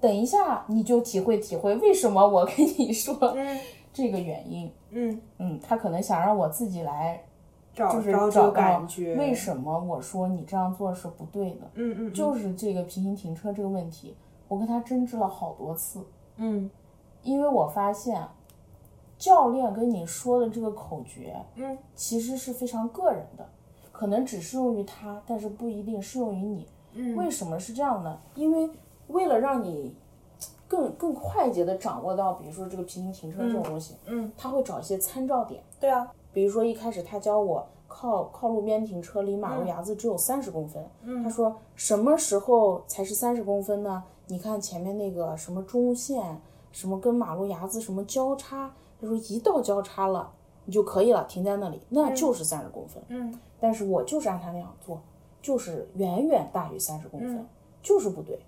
Speaker 1: 等一下你就体会体会为什么我跟你说
Speaker 3: 嗯
Speaker 1: 这个原因。
Speaker 3: 嗯，
Speaker 1: 嗯，他可能想让我自己来，
Speaker 3: 找
Speaker 1: 就是
Speaker 3: 找
Speaker 1: 找
Speaker 3: 找
Speaker 1: 到
Speaker 3: 感觉，
Speaker 1: 为什么我说你这样做是不对的。
Speaker 3: 嗯嗯，
Speaker 1: 就是是这个平行停车这个问题，我跟他争执了好多次，
Speaker 3: 嗯
Speaker 1: 因为我发现教练跟你说的这个口诀
Speaker 3: 嗯
Speaker 1: 其实是非常个人的，可能只适用于他，但是不一定适用于你。
Speaker 3: 嗯
Speaker 1: 为什么是这样呢？因为为了让你更更快捷的掌握到，比如说这个平行停车这种东西，
Speaker 3: 嗯，
Speaker 1: 他会找一些参照点。
Speaker 3: 对啊，
Speaker 1: 比如说一开始他教我靠靠路边停车，离马路牙子只有三十公分。他说什么时候才是三十公分呢？你看前面那个什么中线，什么跟马路牙子什么交叉，他说一到交叉了你就可以了，停在那里，那就是三十公分。
Speaker 3: 嗯
Speaker 1: 但是我就是按他那样做，就是远远大于三十公分，就是不对。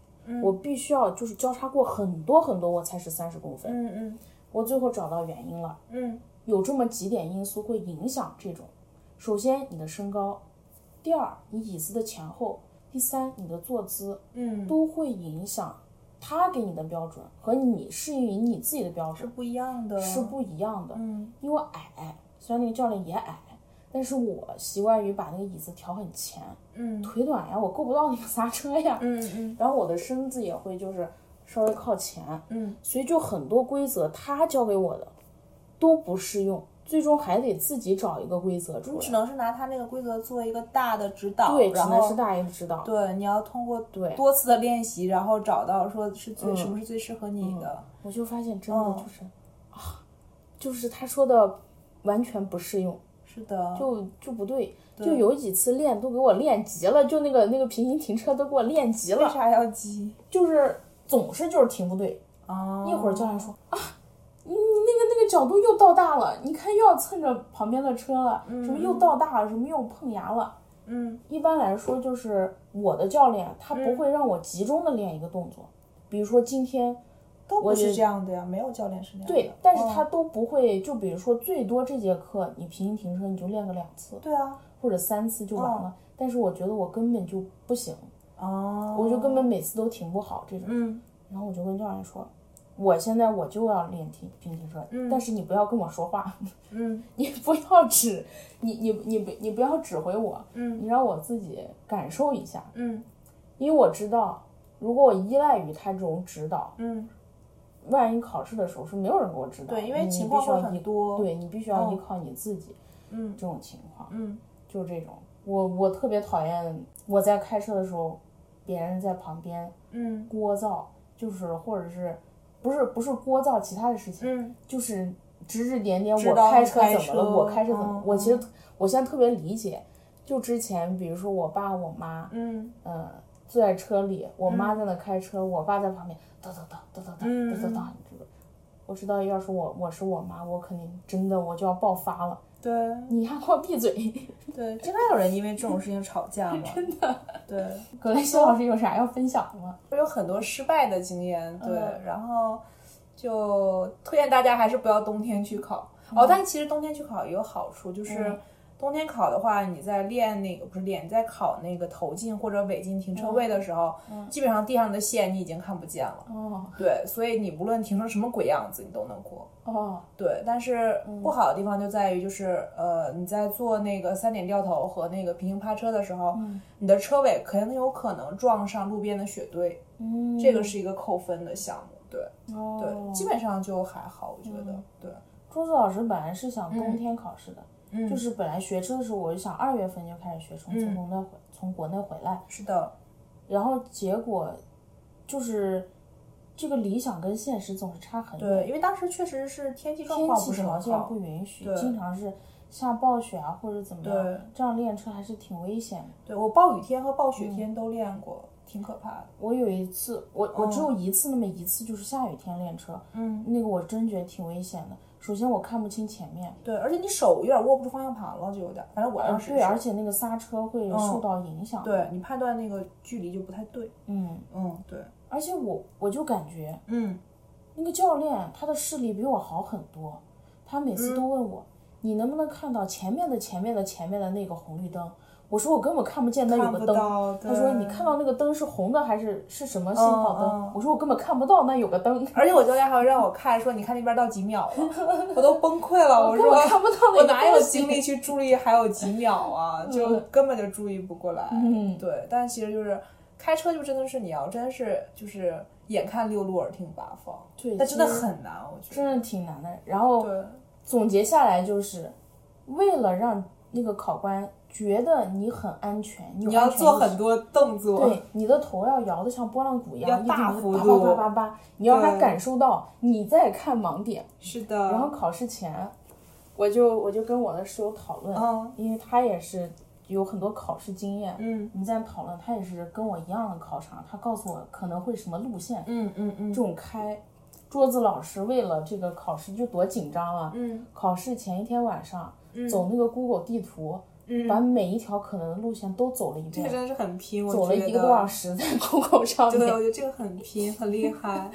Speaker 1: 我必须要就是交叉过很多很多，我才是三十公分。
Speaker 3: 嗯嗯
Speaker 1: 我最后找到原因了。
Speaker 3: 嗯
Speaker 1: 有这么几点因素会影响这种：首先，你的身高；第二，你椅子的前后；第三，你的坐姿，
Speaker 3: 嗯，
Speaker 1: 都会影响他给你的标准和你适应于你自己的标
Speaker 3: 是
Speaker 1: 准
Speaker 3: 不一样的，
Speaker 1: 是不一样的。
Speaker 3: 嗯
Speaker 1: 因为我矮，虽然那个教练也矮，但是我习惯于把那个椅子调很前，
Speaker 3: 嗯
Speaker 1: 腿短呀，我够不到那个刹车呀，
Speaker 3: 嗯嗯
Speaker 1: 然后我的身子也会就是稍微靠前，
Speaker 3: 嗯
Speaker 1: 所以就很多规则他教给我的都不适用，最终还得自己找一个规则出
Speaker 3: 你只
Speaker 1: 来。
Speaker 3: 能是拿他那个规则做一个大的指导，
Speaker 1: 对，只
Speaker 3: 然
Speaker 1: 能
Speaker 3: 后
Speaker 1: 是大爷指导。
Speaker 3: 对，你要通过
Speaker 1: 对嗯
Speaker 3: 多次的练习，然后找到说是最什么是最适合你的，
Speaker 1: 我就发现真的
Speaker 3: 嗯
Speaker 1: 就是、啊，就是他说的完全不适用，
Speaker 3: 是的，
Speaker 1: 就就不对。就有几次练都给我练急了，就那个那个平行停车都给我练急
Speaker 3: 为
Speaker 1: 了，
Speaker 3: 啥要急？
Speaker 1: 就是总是就是停不对。
Speaker 3: 哦，
Speaker 1: 啊一会儿教练说啊，你你为角度又到大了，你看又要蹭着旁边的车了，什么又到大了，什么又碰牙了。
Speaker 3: 嗯，
Speaker 1: 一般来说，就是我的教练他不会让我集中的练一个动作，比如说今天
Speaker 3: 都不
Speaker 1: 觉
Speaker 3: 是
Speaker 1: 得
Speaker 3: 这样的呀，没有教练是那样的。
Speaker 1: 对，但是
Speaker 3: 嗯
Speaker 1: 他都不会，就比如说最多这节课你平行停车你就练个两次
Speaker 3: 对啊，
Speaker 1: 或者三次就完了，但是我觉得我根本就不行，
Speaker 3: 哦，
Speaker 1: 我就根本每次都停不好这种。
Speaker 3: 嗯
Speaker 1: 然后我就跟教练说，我现在我就要练停平行车，但是你不要跟我说话，
Speaker 3: 嗯
Speaker 1: (laughs) 你不要指你你你不你不要指挥我，
Speaker 3: 嗯
Speaker 1: 你让我自己感受一下，
Speaker 3: 嗯
Speaker 1: 因为我知道如果我依赖于他这种指导，
Speaker 3: 嗯，
Speaker 1: 万一考试的时候是没有人给我指导的，
Speaker 3: 对，因为
Speaker 1: 你
Speaker 3: 情
Speaker 1: 必
Speaker 3: 况
Speaker 1: 须要
Speaker 3: 会很
Speaker 1: 依
Speaker 3: 多。
Speaker 1: 对你必须要
Speaker 3: 嗯
Speaker 1: 依靠你自己，
Speaker 3: 嗯
Speaker 1: 这种情况，
Speaker 3: 嗯
Speaker 1: 就这种，我我特别讨厌我在开车的时候，别人在旁边
Speaker 3: 嗯
Speaker 1: 聒噪，就是或者是不是不是聒噪其他的事情，
Speaker 3: 嗯
Speaker 1: 就是指指点点
Speaker 3: 知
Speaker 1: 我
Speaker 3: 道
Speaker 1: 开
Speaker 3: 你
Speaker 1: 车
Speaker 3: 开
Speaker 1: 怎么了，
Speaker 3: 车
Speaker 1: 我开车怎么了
Speaker 3: 嗯，
Speaker 1: 我其实
Speaker 3: 嗯
Speaker 1: 我现在特别理解，就之前比如说我爸我妈，
Speaker 3: 嗯
Speaker 1: 呃，坐在车里，我妈在那开车，我爸在旁边哒哒哒哒哒哒
Speaker 3: 嗯
Speaker 1: 哒哒哒，你知道。我知道，要是我我是我妈，我肯定真的我就要爆发了。
Speaker 3: 对
Speaker 1: 你还给我闭嘴！ (laughs)
Speaker 3: 对，经常有人因为这种事情吵架嘛。 (laughs) 真的。对。
Speaker 1: 葛雷西老师有啥要分享的吗？
Speaker 3: 我有很多失败的经验，对，
Speaker 1: 嗯
Speaker 3: 然后就推荐大家还是不要冬天去考。哦，但其实冬天去考也有好处，就是
Speaker 1: 嗯
Speaker 3: 冬天考的话，你在练那个不是练，你在考那个头进或者尾进停车位的时候，
Speaker 1: 嗯
Speaker 3: 基本上地上的线你已经看不见了。
Speaker 1: 哦
Speaker 3: 对，所以你无论停成什么鬼样子，你都能过。
Speaker 1: 哦，
Speaker 3: 对，但是
Speaker 1: 嗯
Speaker 3: 不好的地方就在于，就是、呃，你在做那个三点掉头和那个平行趴车的时候，
Speaker 1: 嗯
Speaker 3: 你的车尾很有可能撞上路边的雪堆，
Speaker 1: 嗯，
Speaker 3: 这个是一个扣分的项目。对
Speaker 1: 哦嗯
Speaker 3: 对，基本上就还好，我觉得、对。
Speaker 1: 朱子老师本来是想冬天考试的，
Speaker 3: 嗯
Speaker 1: 就是本来学车的时候，我就想二月份就开始学，从从国内回、从国内回来，
Speaker 3: 是的，
Speaker 1: 然后结果就是这个理想跟现实总是差很
Speaker 3: 对，
Speaker 1: 远，
Speaker 3: 因为当时确实是天气状
Speaker 1: 天
Speaker 3: 况
Speaker 1: 气
Speaker 3: 不是
Speaker 1: 条
Speaker 3: 很
Speaker 1: 件
Speaker 3: 好
Speaker 1: 不，允许，
Speaker 3: 对
Speaker 1: 经常是下暴雪啊或者怎么
Speaker 3: 对
Speaker 1: 样，这样练车还是挺危险的。
Speaker 3: 对我暴雨天和暴
Speaker 1: 嗯
Speaker 3: 雪天都练过，挺可怕的。
Speaker 1: 我有一次，我我只有一次那么一次，就是下雨天练车，
Speaker 3: 嗯，
Speaker 1: 那个我真觉得挺危险的。首先我看不清前面，
Speaker 3: 对，而且你手有点握不住方向盘了，就有点，反正我当时
Speaker 1: 哦对，
Speaker 3: 是嗯
Speaker 1: 而且那个刹车会受到影响。，
Speaker 3: 对你判断那个距离就不太对。
Speaker 1: 嗯，
Speaker 3: 嗯，对，
Speaker 1: 而且我我就感觉
Speaker 3: 嗯
Speaker 1: 那个教练他的视力比我好很多，他每次
Speaker 3: 嗯
Speaker 1: 都问我，你能不能看到前面的前面的前面的那个红绿灯？我说我根本看不见那有
Speaker 3: 看
Speaker 1: 个
Speaker 3: 不
Speaker 1: 灯
Speaker 3: 到。
Speaker 1: 他说
Speaker 3: 对
Speaker 1: 你看到那个灯是红的还是是什么信号灯？
Speaker 3: 嗯嗯
Speaker 1: 我说我根本看不到那有个灯。 (laughs)
Speaker 3: 而且我教练还会让我看，说你看那边到几秒了，我都崩溃了。我
Speaker 1: 根
Speaker 3: 说
Speaker 1: 本看不到那
Speaker 3: 我
Speaker 1: 个
Speaker 3: 哪有
Speaker 1: 东西
Speaker 3: 精力去注意还有几秒啊？就根本就注意不过来。
Speaker 1: 嗯
Speaker 3: 对。但其实就是开车，就真的是你要真是就是眼看六路，耳听八方，
Speaker 1: 对
Speaker 3: 但真的
Speaker 1: 其实
Speaker 3: 很难，我觉
Speaker 1: 真
Speaker 3: 得。
Speaker 1: 的挺难的。然后
Speaker 3: 对，
Speaker 1: 总结下来就是，为了让那个考官觉得你很安全，你
Speaker 3: 你
Speaker 1: 有安
Speaker 3: 要
Speaker 1: 全
Speaker 3: 做
Speaker 1: 意
Speaker 3: 很
Speaker 1: 识
Speaker 3: 多动作。
Speaker 1: 对，你的头要摇得像拨浪鼓一样，
Speaker 3: 要
Speaker 1: 一直
Speaker 3: 大
Speaker 1: 就
Speaker 3: 幅
Speaker 1: 叭
Speaker 3: 度
Speaker 1: 叭叭叭叭，你要让他
Speaker 3: 对
Speaker 1: 感受到你在看盲点。
Speaker 3: 是的。
Speaker 1: 然后考试前，我就我就跟我的室友讨论，
Speaker 3: 嗯
Speaker 1: 因为他也是有很多考试经验，
Speaker 3: 嗯
Speaker 1: 我们在讨论，他也是跟我一样的考场，他告诉我可能会什么路线，
Speaker 3: 嗯嗯
Speaker 1: 这
Speaker 3: 嗯
Speaker 1: 种开。桌子老师为了这个考试就多紧张啊！
Speaker 3: 嗯
Speaker 1: 考试前一天晚上、走那个 Google 地图，
Speaker 3: 嗯
Speaker 1: 把每一条可能的路线都走了一
Speaker 3: 这
Speaker 1: 遍
Speaker 3: 个，真的是很拼，我
Speaker 1: 走了
Speaker 3: 觉
Speaker 1: 一个
Speaker 3: 得
Speaker 1: 多小时 (laughs) 在 Google 上
Speaker 3: 对，我
Speaker 1: 面，
Speaker 3: 觉得这个很拼，很
Speaker 1: (laughs)
Speaker 3: 厉害。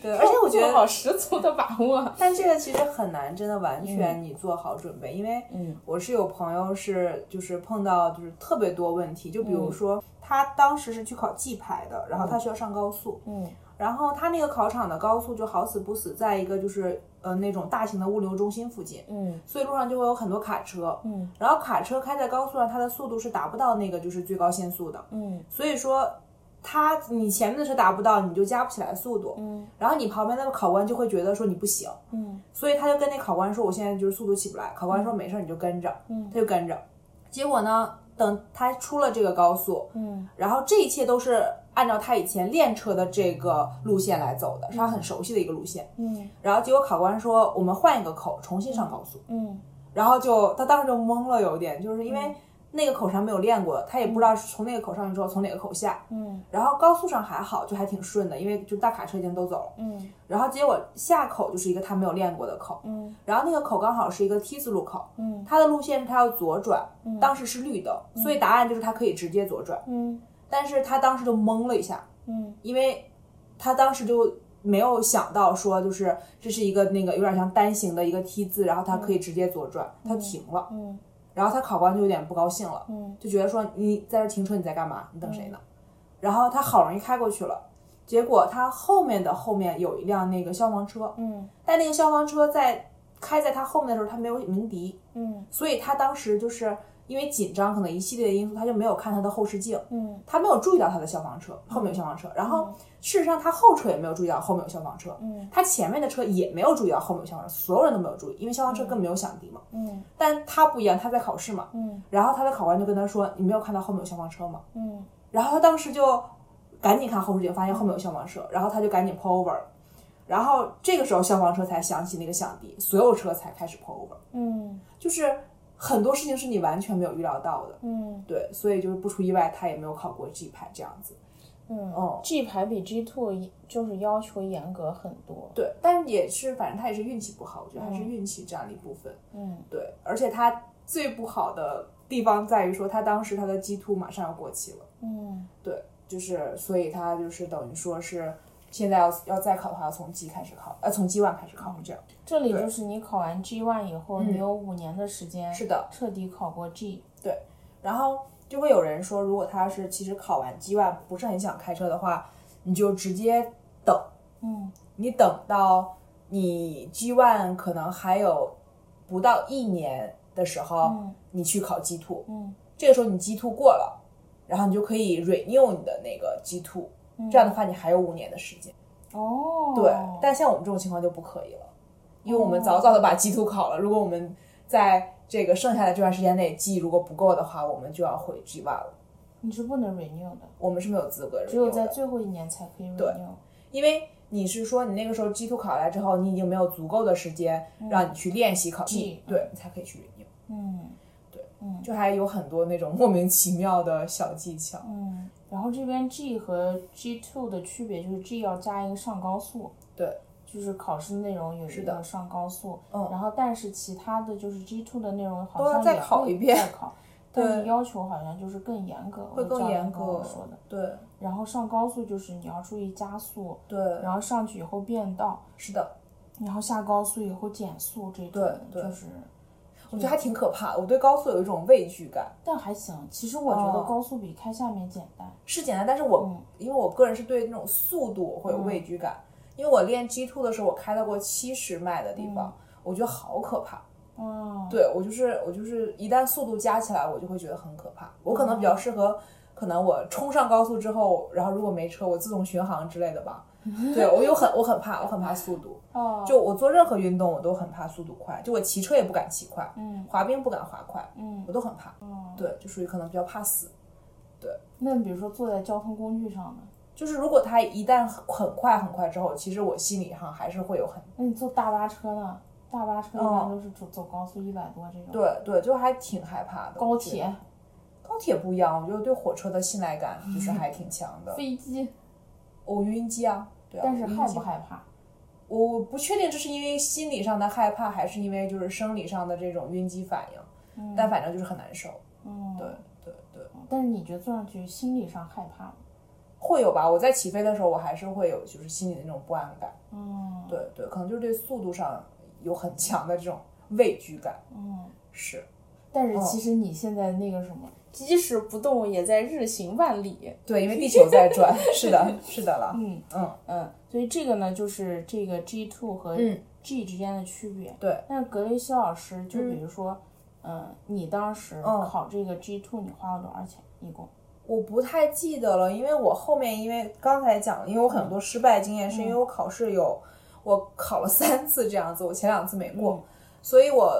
Speaker 3: 对，而且我觉得
Speaker 1: 做好十足的把握。
Speaker 3: 但这个其实很难，真的完全你做好准备，因为
Speaker 1: 嗯
Speaker 3: 我是有朋友是就是碰到就是特别多问题，就比
Speaker 1: 嗯
Speaker 3: 如说、他当时是去考 G 牌的，然后他需要上高速，
Speaker 1: 嗯
Speaker 3: 然后他那个考场的高速就好死不死在一个就是呃那种大型的物流中心附近，
Speaker 1: 嗯
Speaker 3: 所以路上就会有很多卡车，
Speaker 1: 嗯
Speaker 3: 然后卡车开在高速上，它的速度是达不到那个就是最高限速的，
Speaker 1: 嗯
Speaker 3: 所以说。他，你前面的车达不到，你就加不起来速度，
Speaker 1: 嗯
Speaker 3: 然后你旁边那个考官就会觉得说你不行，
Speaker 1: 嗯
Speaker 3: 所以他就跟那考官说：“我现在就是速度起不来。”考官说：“没事，儿，你就跟着。”
Speaker 1: 嗯
Speaker 3: 他就跟着。结果呢，等他出了这个高速，
Speaker 1: 嗯
Speaker 3: 然后这一切都是按照他以前练车的这个路线来走的，是他很熟悉的一个路线。
Speaker 1: 嗯
Speaker 3: 然后结果考官说：“我们换一个口，重新上高速。
Speaker 1: 嗯”
Speaker 3: 然后就他当时就懵了，有点就是因为。那个口上没有练过，他也不知道是从那个口上去之后从哪个口下。
Speaker 1: 嗯
Speaker 3: 然后高速上还好，就还挺顺的，因为就大卡车已经都走了。
Speaker 1: 嗯
Speaker 3: 然后结果下口就是一个他没有练过的口，
Speaker 1: 嗯
Speaker 3: 然后那个口刚好是一个 T 字路口，
Speaker 1: 嗯
Speaker 3: 它的路线是它要左转，当时是绿灯，所以答案就是他可以直接左转，
Speaker 1: 嗯
Speaker 3: 但是他当时就懵了一下，
Speaker 1: 嗯
Speaker 3: 因为他当时就没有想到说就是这是一个那个有点像单行的一个 T 字，然后他可以直接左转，他停了，
Speaker 1: 嗯
Speaker 3: 然后他考官就有点不高兴了，
Speaker 1: 嗯
Speaker 3: 就觉得说你在这停车你在干嘛？你等谁呢？然后他好容易开过去了，结果他后面的后面有一辆那个消防车，
Speaker 1: 嗯
Speaker 3: 但那个消防车在开在他后面的时候，他没有鸣笛，
Speaker 1: 嗯
Speaker 3: 所以他当时就是因为紧张，可能一系列的因素，他就没有看他的后视镜，
Speaker 1: 嗯
Speaker 3: 他没有注意到他的消防车后面有消防车，然后事实上他后车也没有注意到后面有消防车，
Speaker 1: 嗯
Speaker 3: 他前面的车也没有注意到后面有消防车，所有人都没有注意，因为消防车根本没有响笛嘛。
Speaker 1: 嗯
Speaker 3: 但他不一样，他在考试嘛，
Speaker 1: 嗯
Speaker 3: 然后他的考官就跟他说：“你没有看到后面有消防车吗
Speaker 1: 嗯？”
Speaker 3: 然后他当时就赶紧看后视镜，发现后面有消防车，然后他就赶紧 pull over，然后这个时候消防车才响起那个响笛，所有车才开始 pull over，
Speaker 1: 嗯
Speaker 3: 就是很多事情是你完全没有预料到的，
Speaker 1: 嗯
Speaker 3: 对，所以就是不出意外，他也没有考过 G 牌这样子，
Speaker 1: 嗯，G 排比 G two 就是要求严格很多。
Speaker 3: 对，但也是反正他也是运气不好，我觉得还是运气占了一部分，
Speaker 1: 嗯
Speaker 3: 对，而且他最不好的地方在于说他当时他的 G two 马上要过期了。
Speaker 1: 嗯
Speaker 3: 对，就是所以他就是等于说是现在要要再考的话，从 G 开始考，呃，从 G one 开始考这样。，
Speaker 1: 这里
Speaker 3: 对
Speaker 1: 就是你考完 G one 以后，你有五年嗯的时间
Speaker 3: 是的
Speaker 1: 彻底考过 G。
Speaker 3: 然后就会有人说，如果他是其实考完 G one 不是很想开车的话，你就直接等，
Speaker 1: 嗯
Speaker 3: 你等到你 G one 可能还有不到一年的时候，
Speaker 1: 嗯
Speaker 3: 你去考 G two，
Speaker 1: 嗯
Speaker 3: 这个时候你 G two 过了，然后你就可以 renew 你的那个 G two，
Speaker 1: 嗯，
Speaker 3: 这样的话你还有五年的时间。
Speaker 1: 哦，
Speaker 3: 对，但像我们这种情况就不可以了，因为我们早早的把 G two 考了。如果我们在这个剩下的这段时间内 G 如果不够的话，我们就要回 G one 了。
Speaker 1: 你是不能 renew 的，
Speaker 3: 我们是没有资格 renew 的，
Speaker 1: 只有在最后一年才可以 renew。
Speaker 3: 因为你是说你那个时候 G two 考来之后，你已经没有足够的时间
Speaker 1: 嗯
Speaker 3: 让你去练习考 G，、
Speaker 1: G，
Speaker 3: 对你才可以去 renew。
Speaker 1: 嗯
Speaker 3: 就还有很多那种莫名其妙的小技巧。
Speaker 1: 嗯。然后这边 G 和 G two 的区别就是 G 要加一个上高速，
Speaker 3: 对，
Speaker 1: 就是考试内容有
Speaker 3: 是
Speaker 1: 一
Speaker 3: 的
Speaker 1: 个上高速，
Speaker 3: 嗯
Speaker 1: 然后但是其他的就是 G two 的内容好
Speaker 3: 都要
Speaker 1: 像
Speaker 3: 再
Speaker 1: 也
Speaker 3: 考
Speaker 1: 会
Speaker 3: 一遍
Speaker 1: 再考，
Speaker 3: (laughs)
Speaker 1: 但
Speaker 3: 对
Speaker 1: 是要求好像就是更严格，
Speaker 3: 会
Speaker 1: 我
Speaker 3: 更
Speaker 1: 教练
Speaker 3: 严
Speaker 1: 跟我
Speaker 3: 格
Speaker 1: 说的。
Speaker 3: 对
Speaker 1: 然后上高速就是你要注意加速，
Speaker 3: 对，
Speaker 1: 然后嗯上去以后变道，
Speaker 3: 是的，
Speaker 1: 然后下高速以后减速这种
Speaker 3: 对，对
Speaker 1: 就是，
Speaker 3: 我觉得还挺可怕的。我对高速有一种畏惧感。
Speaker 1: 但还行。其实我觉得
Speaker 3: 哦
Speaker 1: 高速比开下面简单。
Speaker 3: 是简单，但是我、因为我个人是对那种速度我会有
Speaker 1: 嗯
Speaker 3: 畏惧感，因为我练 G two 的时候，我开到过七十迈的地方，我觉得好可怕。
Speaker 1: 嗯，
Speaker 3: 对我就是我就是一旦速度加起来，我就会觉得很可怕。我可能比
Speaker 1: 哦
Speaker 3: 较适合，可能我冲上高速之后，然后如果没车，我自动巡航之类的
Speaker 1: (laughs)
Speaker 3: 吧。对我有很我很怕我很怕速度，
Speaker 1: 哦，
Speaker 3: 就我做任何运动我都很怕速度快，就我骑车也不敢骑快，
Speaker 1: 嗯哦
Speaker 3: 滑冰不敢滑快，
Speaker 1: 嗯
Speaker 3: 我，都很怕。对，就属于可能比较怕死。
Speaker 1: 那比如说坐在交通工具上呢，
Speaker 3: 就是如果它一旦很很快很快之后，其实我心里上还是会有很
Speaker 1: 那你坐大巴车呢？大巴车一
Speaker 3: 哦
Speaker 1: 般都是走走高速一百多这种。，
Speaker 3: 对对，就还挺害怕的。
Speaker 1: 高
Speaker 3: 我觉得
Speaker 1: 铁、
Speaker 3: 高铁不一样，我觉得对火车的信
Speaker 1: (laughs)
Speaker 3: 赖感就是还挺强的。
Speaker 1: 飞机，
Speaker 3: 我晕机啊，对啊，
Speaker 1: 但是
Speaker 3: 我晕
Speaker 1: 害
Speaker 3: 机
Speaker 1: 不？害怕？
Speaker 3: 我不确定这是因为心理上的害怕，还是因为就是生理上的这种晕机反应，但反正就是很难受。
Speaker 1: 嗯，
Speaker 3: 对对对，
Speaker 1: 但是你觉得坐上去心理上害怕吗？
Speaker 3: 会有吧？我在起飞的时候，我还是会有就是心里的那种不安感。
Speaker 1: 嗯，
Speaker 3: 对对，可能就是对速度上有很强的这种畏惧感。
Speaker 1: 嗯。
Speaker 3: 是。
Speaker 1: 但是其实你现在那个什么，即使不动也在日行万里。
Speaker 3: 对，因为地球在转，是的，是的了。
Speaker 1: 嗯
Speaker 3: 嗯，
Speaker 1: 嗯，所以这个呢，就是这个 G two 和
Speaker 3: 嗯
Speaker 1: G 之间的区别。
Speaker 3: 对
Speaker 1: 但是格雷西老师，就比如说，嗯、你当时
Speaker 3: 嗯
Speaker 1: 考这个 G two，你花了多少钱？一共？
Speaker 3: 我不太记得了，因为我后面因为刚才讲了，因为我很多失败经验，是因为我考试有我考了三次这样子，我前两次没过，所以我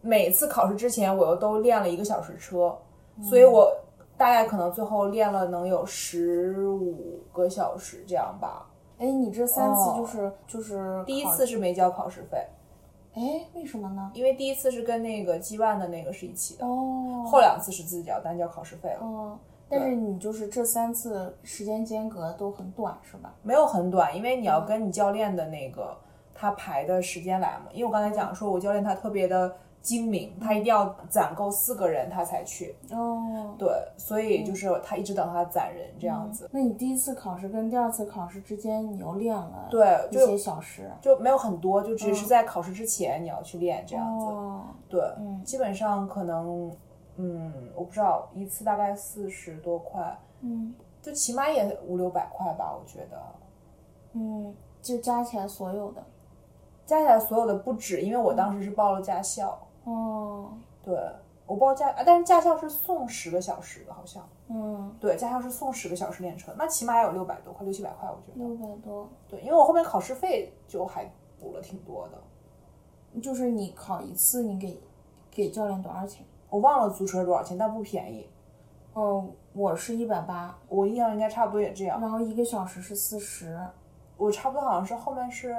Speaker 3: 每次考试之前我又都练了一个小时车，所以我大概可能最后练了能有十五个小时这样吧。
Speaker 1: 哎，你这三次
Speaker 3: 哦
Speaker 1: 就是、就是
Speaker 3: 第一
Speaker 1: 考
Speaker 3: 次是没交考试费，
Speaker 1: 哎，为什么呢？
Speaker 3: 因为第一次是跟那个基万的那个是一起的，
Speaker 1: 哦，
Speaker 3: 后两次是自己交，单交考试费了，
Speaker 1: 嗯，但是你就是这三次时间间隔都很短，是吧？
Speaker 3: 没有很短，因为你要跟你教练的那个他排的时间来嘛。因为我刚才讲说，我教练他特别的精明，他一定要攒够四个人他才去，
Speaker 1: 哦，
Speaker 3: 对，所以就是他一直等他攒人这样子，
Speaker 1: 那你第一次考试跟第二次考试之间，你又练了
Speaker 3: 对，
Speaker 1: 一些
Speaker 3: 就
Speaker 1: 小时，
Speaker 3: 就没有很多，就只是在考试之前你要去练这样子，
Speaker 1: 哦，
Speaker 3: 对，基本上可能，嗯，我不知道一次大概四十多块，
Speaker 1: 嗯
Speaker 3: 就起码也五六百块吧，我觉得。
Speaker 1: 嗯，就加起来所有的，
Speaker 3: 加起来所有的不止，因为我当时是报了驾校，
Speaker 1: 哦，
Speaker 3: 对我报驾，啊但是驾校是送十个小时的，好像
Speaker 1: 嗯，
Speaker 3: 对，驾校是送十个小时练车，那起码也有六百多块，六七百块，我觉得
Speaker 1: 六百多，
Speaker 3: 对，因为我后面考试费就还补了挺多的，
Speaker 1: 就是你考一次，你给给教练多少钱？
Speaker 3: 我忘了租车多少钱，但不便宜，
Speaker 1: 哦，我是一百八，
Speaker 3: 我印象应该差不多也这样，
Speaker 1: 然后一个小时是四十，
Speaker 3: 我差不多好像是后面是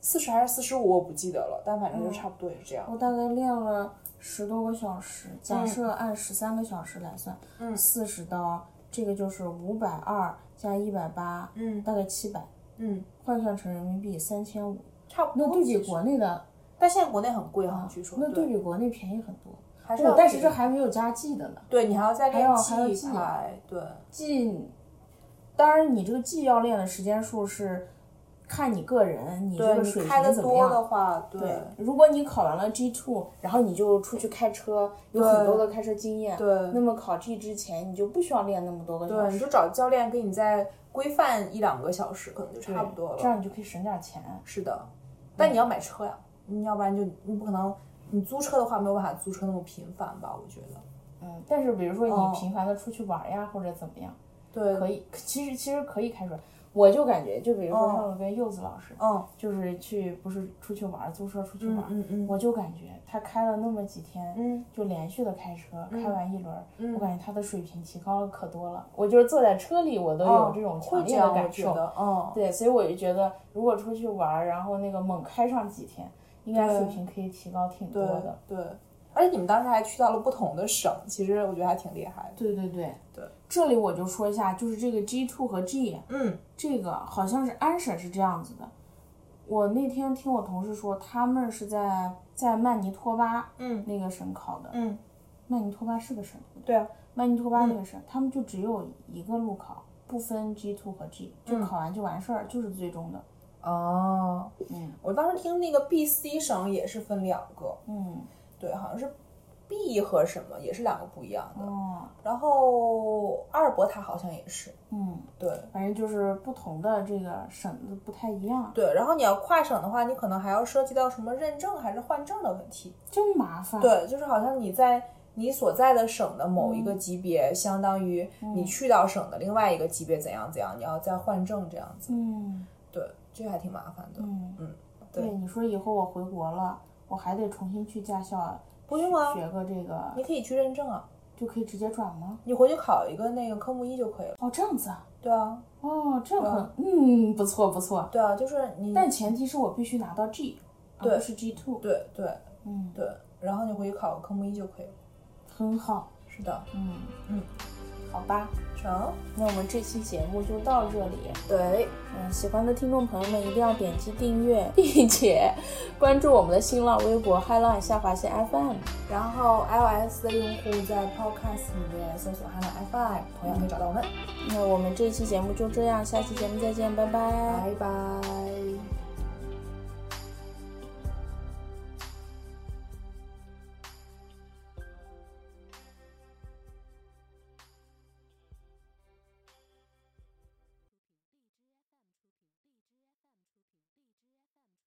Speaker 3: 四十还是四十五，我不记得了，但反正就差不多也这样，
Speaker 1: 嗯我大概练了十多个小时，假设按十三个小时来算，
Speaker 3: 嗯
Speaker 1: 四十刀，这个就是五百二加一百八，
Speaker 3: 嗯
Speaker 1: 大概七百，
Speaker 3: 嗯，
Speaker 1: 换算成人民币三千五。
Speaker 3: 差不多。
Speaker 1: 那对比国内的，
Speaker 3: 但现在国内很贵哈，据说
Speaker 1: 那对
Speaker 3: 对，
Speaker 1: 比国内便宜很多。
Speaker 3: 还是
Speaker 1: 哦
Speaker 3: 要，
Speaker 1: 但是
Speaker 3: 比
Speaker 1: 这还没有加计的呢。
Speaker 3: 对你还要再
Speaker 1: 还
Speaker 3: 练
Speaker 1: 要还要
Speaker 3: 记
Speaker 1: 记啊
Speaker 3: 忆牌，对。
Speaker 1: 计，当然你这个计要练的时间数是看你个人，你这
Speaker 3: 对
Speaker 1: 个
Speaker 3: 你
Speaker 1: 水
Speaker 3: 开
Speaker 1: 平
Speaker 3: 的
Speaker 1: 怎么
Speaker 3: 多的
Speaker 1: 样。
Speaker 3: 话，对
Speaker 1: 对，如果你考完了 G two，然后你就出去开车，有很多的开车经验。那
Speaker 3: 对
Speaker 1: 么考 G 之前，你就不需要练那么多个小
Speaker 3: 对，你
Speaker 1: 时，
Speaker 3: 就找教练给你再规范一两个小时，可能就
Speaker 1: 对
Speaker 3: 差不多
Speaker 1: 这
Speaker 3: 了。
Speaker 1: 样嗯你就可以省点钱。
Speaker 3: 是的，但你要买车呀，你要不然就你不可能，你租车的话没有办法租车那么频繁吧？我觉得。
Speaker 1: 嗯，但是比如说
Speaker 3: 哦
Speaker 1: 你频繁的出去玩呀，或者怎么样，
Speaker 3: 对，
Speaker 1: 可以，其实其实可以开出来。我就感觉，就比如说
Speaker 3: 哦
Speaker 1: 上次跟柚子老师，
Speaker 3: 嗯
Speaker 1: 就是去不是出去玩，租车出去
Speaker 3: 嗯
Speaker 1: 玩，
Speaker 3: 嗯嗯，
Speaker 1: 我就感觉他开了那么几天，
Speaker 3: 嗯
Speaker 1: 就连续的开车，开完一轮儿，
Speaker 3: 嗯
Speaker 1: 我感觉他的水平提高了可多了。我就是坐在车里，我都
Speaker 3: 哦
Speaker 1: 有这种
Speaker 3: 会
Speaker 1: 强
Speaker 3: 这
Speaker 1: 烈的
Speaker 3: 样，我
Speaker 1: 感
Speaker 3: 觉
Speaker 1: 受。
Speaker 3: 得，嗯，
Speaker 1: 对，所以我就觉得，如果出去玩儿，然后那个猛开上几天，应该
Speaker 3: 对
Speaker 1: 水平可以提高挺多
Speaker 3: 对
Speaker 1: 的。
Speaker 3: 对。而且你们当时还去到了不同的省，其实我觉得还挺厉害的。
Speaker 1: 对对对
Speaker 3: 对。
Speaker 1: 这里我就说一下，就是这个 G two 和 G，
Speaker 3: 嗯
Speaker 1: 这个好像是安省是这样子的。我那天听我同事说，他们是在在曼尼托巴
Speaker 3: 嗯
Speaker 1: 那个省考的。
Speaker 3: 嗯，
Speaker 1: 曼尼托巴是个省，
Speaker 3: 对啊，
Speaker 1: 曼尼托巴那个省，他们就只有一个路考，不分 G two 和 G，就
Speaker 3: 嗯
Speaker 1: 考完就完事儿，就是最终的。
Speaker 3: 哦，
Speaker 1: 嗯
Speaker 3: 我当时听那个 B、C 省也是分两个，
Speaker 1: 嗯
Speaker 3: 对，好像是 B 和什么也是两个不一样的。
Speaker 1: 哦
Speaker 3: 然后阿尔伯塔好像也是，
Speaker 1: 嗯，
Speaker 3: 对
Speaker 1: 反正就是不同的这个省子不太一样，
Speaker 3: 对。然后你要跨省的话，你可能还要涉及到什么认证还是换证的问题。
Speaker 1: 真麻烦。
Speaker 3: 对，就是好像你在你所在的省的某
Speaker 1: 嗯
Speaker 3: 一个级别，相当于你去到省的另外一个级别怎样怎样，你要再换证这样子。
Speaker 1: 嗯
Speaker 3: 对，这还挺麻烦的。
Speaker 1: 嗯
Speaker 3: 嗯对
Speaker 1: 对，你说以后我回国了，我还得重新去驾校
Speaker 3: 不用啊，
Speaker 1: 学个这个
Speaker 3: 你，可以去认证啊，
Speaker 1: 就可以直接转吗？
Speaker 3: 你回去考一个那个科目一就可以了。
Speaker 1: 哦，这样子啊，
Speaker 3: 对啊，
Speaker 1: 哦，这样很，嗯，不错不错，
Speaker 3: 对啊，就是你
Speaker 1: 但前提是我必须拿到 G，而
Speaker 3: 对
Speaker 1: 不是 G two，
Speaker 3: 对对
Speaker 1: 嗯，
Speaker 3: 对，然后你回去考科目一就可以了。
Speaker 1: 很好，
Speaker 3: 是的，
Speaker 1: 嗯
Speaker 3: 嗯，
Speaker 1: 好吧，
Speaker 3: 成。
Speaker 1: 那我们这期节目就到这里，
Speaker 3: 对，
Speaker 1: 嗯，喜欢的听众朋友们一定要点击订阅，并且关注我们的新浪微博 “highline 下划线 FM”。
Speaker 3: 然后 iOS 的用户在 Podcast 里面搜索“汉兰 FM”，同样可以找到我们。
Speaker 1: 那我们这期节目就这样，下期节目再见，拜拜
Speaker 3: 拜拜。